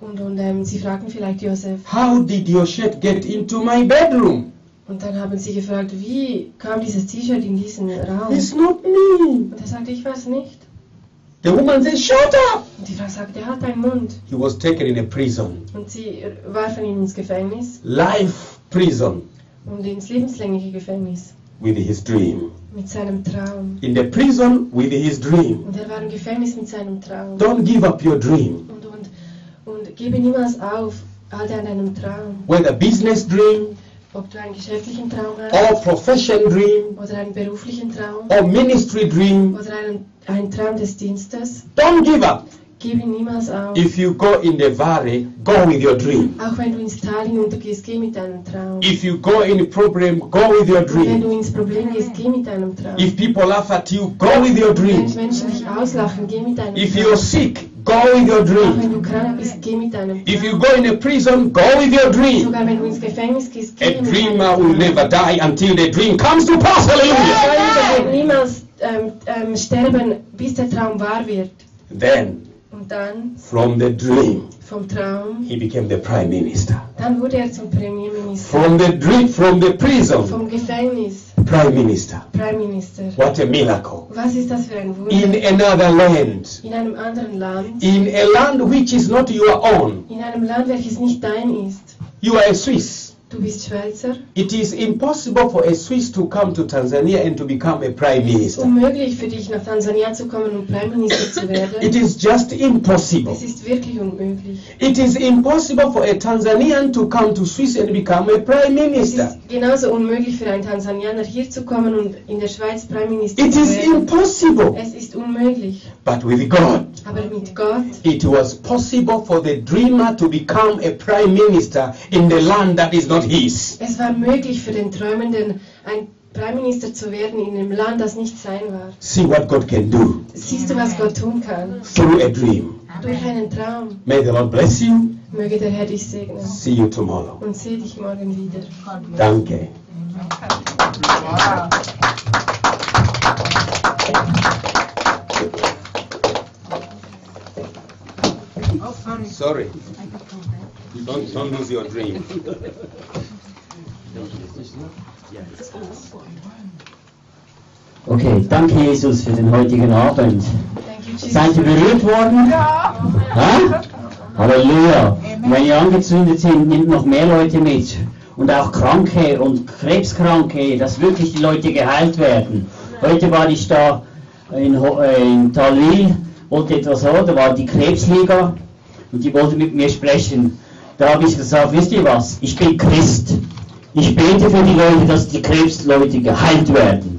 Und, und ähm, sie fragten vielleicht Josef. How did your shirt get into my bedroom? Und dann haben sie gefragt, wie kam dieses T-Shirt in diesen Raum? It's not me. Und er sagte, ich weiß nicht. The woman said, Shut up. Und die Frau sagte, halt deinen Mund. He was taken in a prison, Und sie warfen ihn ins Gefängnis life prison, und ins lebenslängliche Gefängnis with his dream. mit seinem Traum. In the prison with his dream. Und er war im Gefängnis mit seinem Traum. Don't give up your dream. Und, und, und Gebe niemals auf, halte an deinem Traum. whether business dream Ob du einen geschäftlichen Traum hast, or profession dream oder einen beruflichen Traum, or ministry dream. oder einen, einen Traum des Dienstes, Don't give up. gebe niemals auf. If you go in the valley, go with your dream. Auch wenn du ins Tal hinuntergehst, geh mit deinem Traum. If you go in a problem, go with your Und wenn du dream. ins Problem gehst, geh mit deinem Traum. If people laugh at you, go with your Wenn dream. Menschen dich auslachen, geh mit deinem If Traum. you're sick, go with your Auch wenn dream. du krank bist, geh mit deinem If you Traum. go in a prison, go with your dream. Sogar wenn du ins Gefängnis gehst, geh A mit deinem dreamer Traum. will never die until the dream comes to pass. Er wird Hallelujah. niemals ähm, ähm, sterben, bis der Traum wahr wird. Then, Und dann from the dream, vom Traum, he became the prime minister. dann wurde er zum Premierminister. From the dream, from the prison, Vom Gefängnis, prime minister. Prime Minister. What a miracle! Was ist das für ein In Wunder? another land, In einem anderen Land, in a land which is not your own, in einem Land, welches nicht dein ist. you are a Swiss. Du bist Schweizer. It is impossible for a Swiss to come to Tanzania and to become a prime Es ist minister. unmöglich für dich, nach Tansania zu kommen und Prime Minister zu It werden. is just impossible. Es ist wirklich unmöglich. It is impossible for a Tanzanian to come to Swiss and become a prime Es minister. ist genauso unmöglich für einen Tansanianer hier zu kommen und in der Schweiz Prime Minister It zu is werden. impossible. Es ist unmöglich. But with God, Aber mit Gott it was possible for the dreamer to become a prime minister in the land that is not his. Es war möglich für den Träumenden, ein Premierminister zu werden in einem Land, das nicht sein war. See what God can do Siehst du, was Gott tun kann? through a dream. Durch einen Traum. May the Lord bless you. Möge der Herr dich segnen. See you tomorrow. Und sehe dich morgen wieder. Danke. Wow. Oh, sorry. Sorry. Don't, don't lose your dream. Okay, danke Jesus für den heutigen Abend. Thank you, Jesus. Seid ihr berührt worden? Ja. Hä? Halleluja. Amen. Wenn ihr angezündet sind, nimmt noch mehr Leute mit. Und auch Kranke und Krebskranke, dass wirklich die Leute geheilt werden. Heute war ich da in, Ho- äh, in Talwil, wollte etwas holen, da war die Krebsliga und die wollte mit mir sprechen. Da habe ich gesagt, wisst ihr was, ich bin Christ. Ich bete für die Leute, dass die Krebsleute geheilt werden.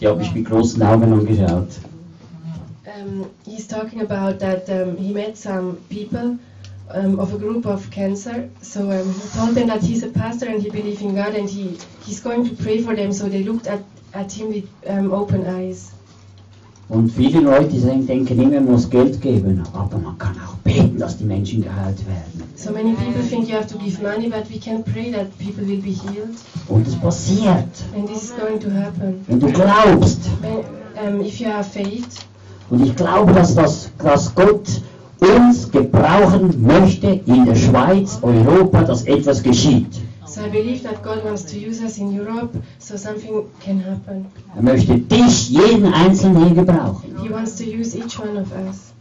Die haben mich mit großen Augen angeschaut. Um, he's talking about that um, he met some people um, of a group of cancer. So um, he told them that he's a pastor and he believes in God and he, he's going to pray for them. So they looked at, at him with um, open eyes. Und viele Leute sagen- denken immer, man muss Geld geben, aber man kann auch beten, dass die Menschen geheilt werden. So many people think you have to give money, but we can pray that people will be healed. Und es passiert, And this is going to happen. wenn du glaubst. When, um, if you have faith, Und ich glaube, dass, das, dass Gott uns gebrauchen möchte in der Schweiz, Europa, dass etwas geschieht. so I believe that God wants to use us in Europe so something can happen. Er möchte dich, jeden Einzelnen hier gebrauchen. He wants to use each one of us.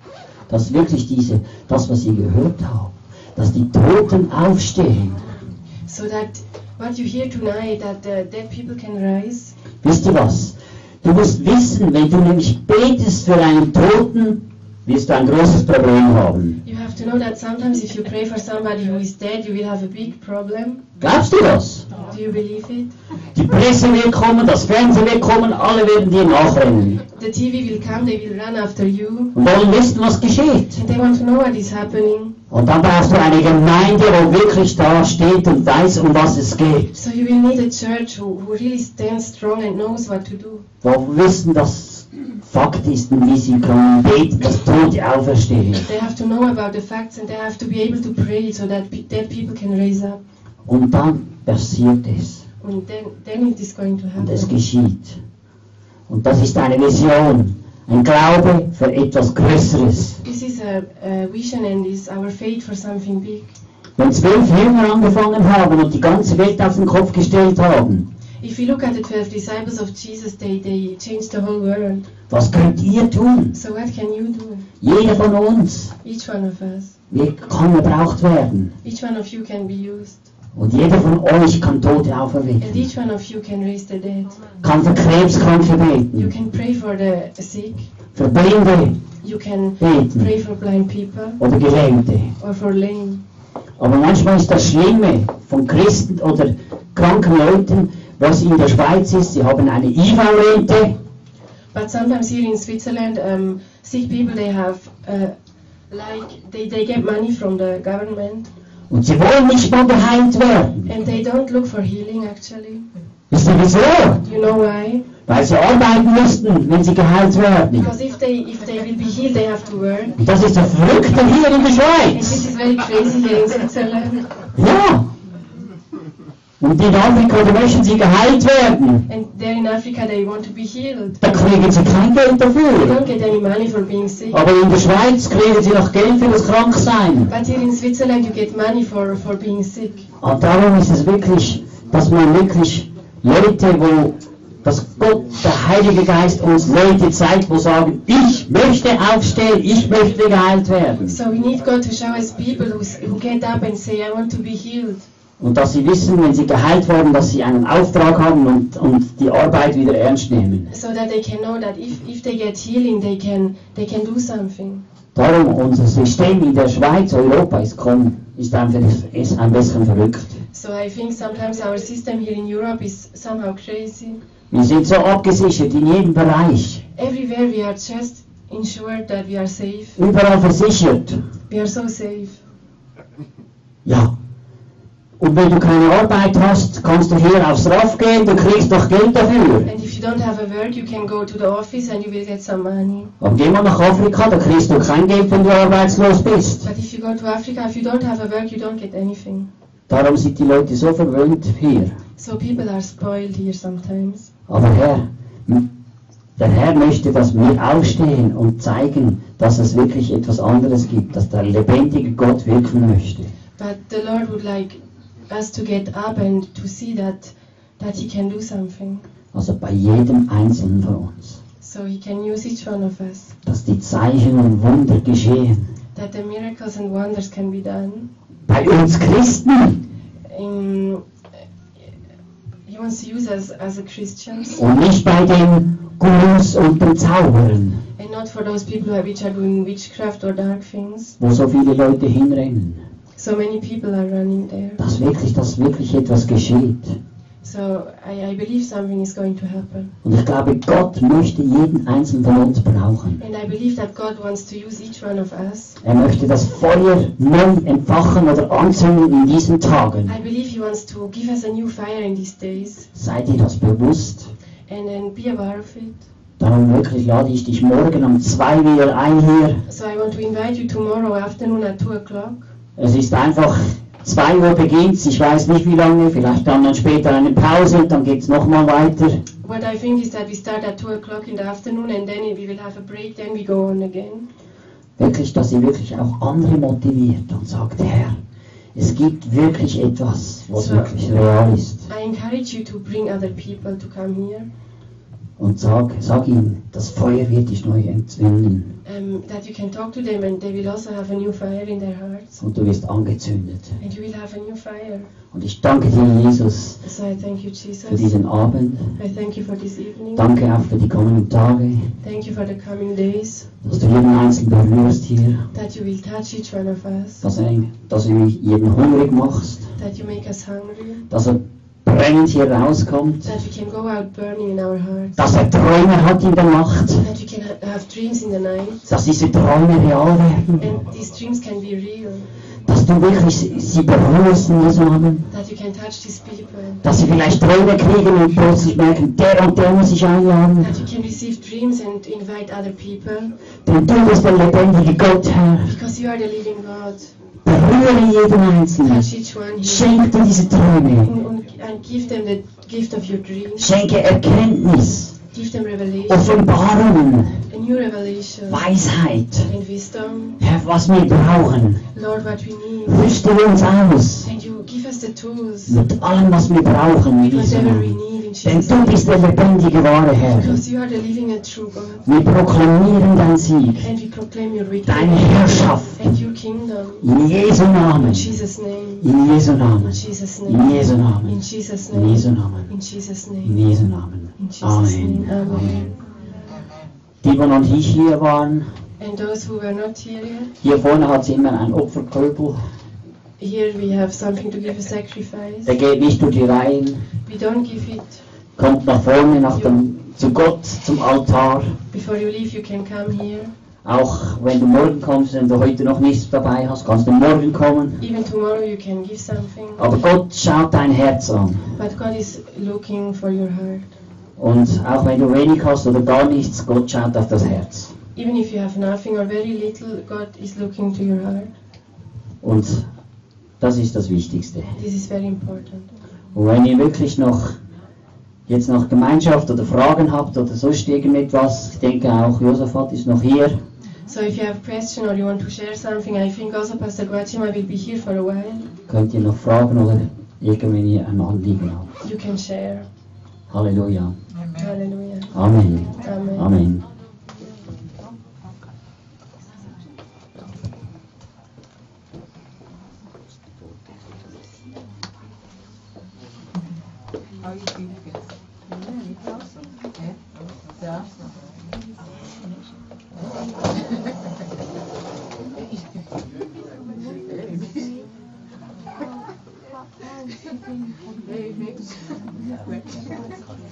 Dass wirklich diese, das, was ihr gehört habt, dass die Toten aufstehen. so that what you hear tonight, that uh, dead people can rise. Wisst ihr was? Du musst wissen, wenn du nämlich betest für einen Toten, wirst du ein großes Problem haben. You have to know that sometimes if you pray for somebody who is dead, you will have a big problem. Glaubst du das? Do you believe it? Die Presse wird kommen, das Fernsehen wird kommen, alle werden dir nachrennen The TV will come, they will run after you, und wollen wissen, was geschieht. and they want to know what is happening. Und dann brauchst du eine Gemeinde, wo wirklich da steht und weiß, um was es geht. So you will need a church who, who really stands strong and knows what to do, Wo wissen, dass Fakt ist und wie sie kommen, beten, dass Tote auferstehen. They have to know about the facts and they have to be able to pray so that pe- dead people can raise up. Und dann passiert es. And then, then it is going to Und es happen. geschieht. Und das ist eine Vision, ein Glaube für etwas Größeres. This is a, a vision and is our faith for something big. Wenn zwölf Jünger angefangen haben und die ganze Welt auf den Kopf gestellt haben, If you look at the 12 disciples of Jesus, they, they changed the whole world. was könnt ihr tun? So what can you do? Jeder von uns, Each one of us. wir kann gebraucht werden. Each one of you can be used. Und jeder von euch kann Tote auferwecken. And each one of you can raise the dead. kann für Krebskranke You beten, can pray for the sick, für Blinde, You can beten pray for blind people oder Gelähmte. or for lame. Aber manchmal ist das Schlimme von Christen oder kranken Leuten, was in der Schweiz ist, sie haben eine IV-Rente, But sometimes here in Switzerland, um, sick people they have uh, like they, they get money from the government Und sie wollen nicht mal geheilt werden. and they don't look for healing actually. Wisst ihr wieso? You know why? Weil sie arbeiten müssten, wenn sie geheilt werden. Because if they if they will be healed, they have to work. Und das ist das Verrückte hier in der And this Schweiz. is very crazy here in Switzerland. Ja. Und in Afrika, da möchten sie geheilt werden. And there in Africa, they want to be healed. Da kriegen sie kein Geld They dafür. don't get any money for being sick. Aber in der Schweiz kriegen sie noch Geld für das Kranksein. But here in Switzerland, you get money for, for being sick. Und darum ist es wirklich, dass man wirklich Leute, wo dass Gott, der Heilige Geist uns Leute zeigt, wo sagen, ich möchte aufstehen, ich möchte geheilt werden. So we need God to show us people who, s- who get up and say, I want to be healed. Und dass sie wissen, wenn sie geheilt wurden, dass sie einen Auftrag haben und, und die Arbeit wieder ernst nehmen. So that they can know that if, if they get healing, they can, they can do something. Darum, unser System in der Schweiz, Europa ist, kom- ist, einfach, ist ein bisschen verrückt. So I think sometimes our system here in Europe is somehow crazy. Wir sind so abgesichert in jedem Bereich, Everywhere we are just ensured that we are safe. überall versichert. We are so safe. Ja. Und wenn du keine Arbeit hast, kannst du hier aufs RAF gehen, du kriegst noch Geld dafür. And if you don't have a work, you can go to the office and you will get some money. Aber geh mal nach Afrika, da kriegst du kein Geld, wenn du arbeitslos bist. But if you go to Africa, if you don't have a work, you don't get anything. Darum sind die Leute so verwöhnt hier. So people are spoiled here sometimes. Aber Herr, m- der Herr möchte, dass wir aufstehen und zeigen, dass es wirklich etwas anderes gibt, dass der lebendige Gott wirken möchte. But the Lord would like us to get up and to see that that He can do something. Also bei jedem Einzelnen von uns. So He can use each one of us. Dass die Zeichen und Wunder geschehen. That the miracles and wonders can be done. Bei uns Christen Um, he wants to use us as a Christians und nicht bei den Gurus und den Zauberern, and not for those people who- which are doing witchcraft or dark things. wo so viele Leute hinrennen. So many people are running there. Dass wirklich, dass wirklich etwas geschieht. So I, I believe something is going to happen. Und ich glaube, Gott möchte jeden Einzelnen von uns brauchen. And I believe that God wants to use each one of us. Er möchte das Feuer neu entfachen oder anzünden in diesen Tagen. I believe He wants to give us a new fire in these days Seid ihr das bewusst? and then be aware of it. Darum wirklich lade ich dich morgen um zwei wieder ein hier. So I want to invite you tomorrow afternoon at 2 o'clock. Es ist einfach, zwei Uhr beginnt ich weiß nicht wie lange, vielleicht dann, dann später eine Pause, dann geht es nochmal weiter. What I think is that we start at 2 o'clock in the afternoon and then we will have a break, then we go on again. Wirklich, dass ihr wirklich auch andere motiviert und sagt, Herr, es gibt wirklich etwas, was So. wirklich real ist. I encourage you to bring other people to come here, Und sag, sag ihm, das Feuer wird dich neu entzünden um, that you can talk to them and they will also have a new fire in their hearts. und du wirst angezündet. And you will have a new fire. Und ich danke dir, Jesus, So I thank you, für Jesus. diesen Abend. I thank you for this evening. Danke auch für die kommenden Tage. Thank you for the coming days, dass du jeden Einzelnen berührst hier, that you will touch each one of us, dass, er, dass du jeden hungrig machst, that you make us hungry, dass er brennend hier rauskommt, that we can go out burning in our hearts, dass er Träume hat in der Nacht, that we can ha- have dreams in the night, dass diese Träume real werden, and these dreams can be real, dass du wirklich sie sie berührst in diesem Abend, that you can touch these people, dass sie vielleicht Träume kriegen und plötzlich merken, der und der muss ich einladen, that you can receive dreams and invite other people, denn du bist der lebendige Gott, Herr. because you are the living God. Berühre jeden Einzelnen, Touch each one here schenk dir diese Träume, and, and- and give them the gift of your dreams, schenke Erkenntnis, give them revelation, Offenbarungen, a new revelation Weisheit. and wisdom. Herr, was wir brauchen, Lord, what we need, rüste uns aus and you give us the tools. mit allem, was wir brauchen in diesem Whatever we Namen. need in Denn Jesus' du name. bist der lebendige wahre Herr. Because you are the living and true God. Wir proklamieren deinen Sieg, And we proclaim your deine victory Herrschaft. and your kingdom. In Jesu In Namen. Jesus' name. In Jesu In Namen. Jesus' In name. Jesu In Namen. Jesus' In Jesu name. Namen. In Jesus' In name. Jesu Namen. In Jesus' name. Amen. Amen. Amen. Timon und ich hier waren, And those who were not here yet, Hier vorne hat sie immer einen Opferkörper. here we have something to give a sacrifice. Der geht nicht durch die Reihen, We don't give it. kommt nach vorne, nach dem, zu Gott, zum Altar. Before you leave, you can come here. Auch wenn du morgen kommst, wenn du heute noch nichts dabei hast, kannst du morgen kommen. Even tomorrow, you can give something. Aber Gott schaut dein Herz an. But God is looking for your heart. Und auch wenn du wenig hast oder gar nichts, Gott schaut auf das Herz. Even if you have nothing or very little, God is looking to your heart. Und das ist das Wichtigste. This is very important. Und wenn ihr wirklich noch jetzt noch Gemeinschaft oder Fragen habt oder sonst irgendetwas, ich denke auch Josaphat ist noch hier, So if you have question or you want to share something, I think also Pastor Guachima will be here for a while. könnt ihr noch fragen oder irgendwann ihr ein Anliegen habt. You can share. Halleluja. Amen. Hallelujah. Amen. Amen. Amen. How you feel? Yeah, yeah.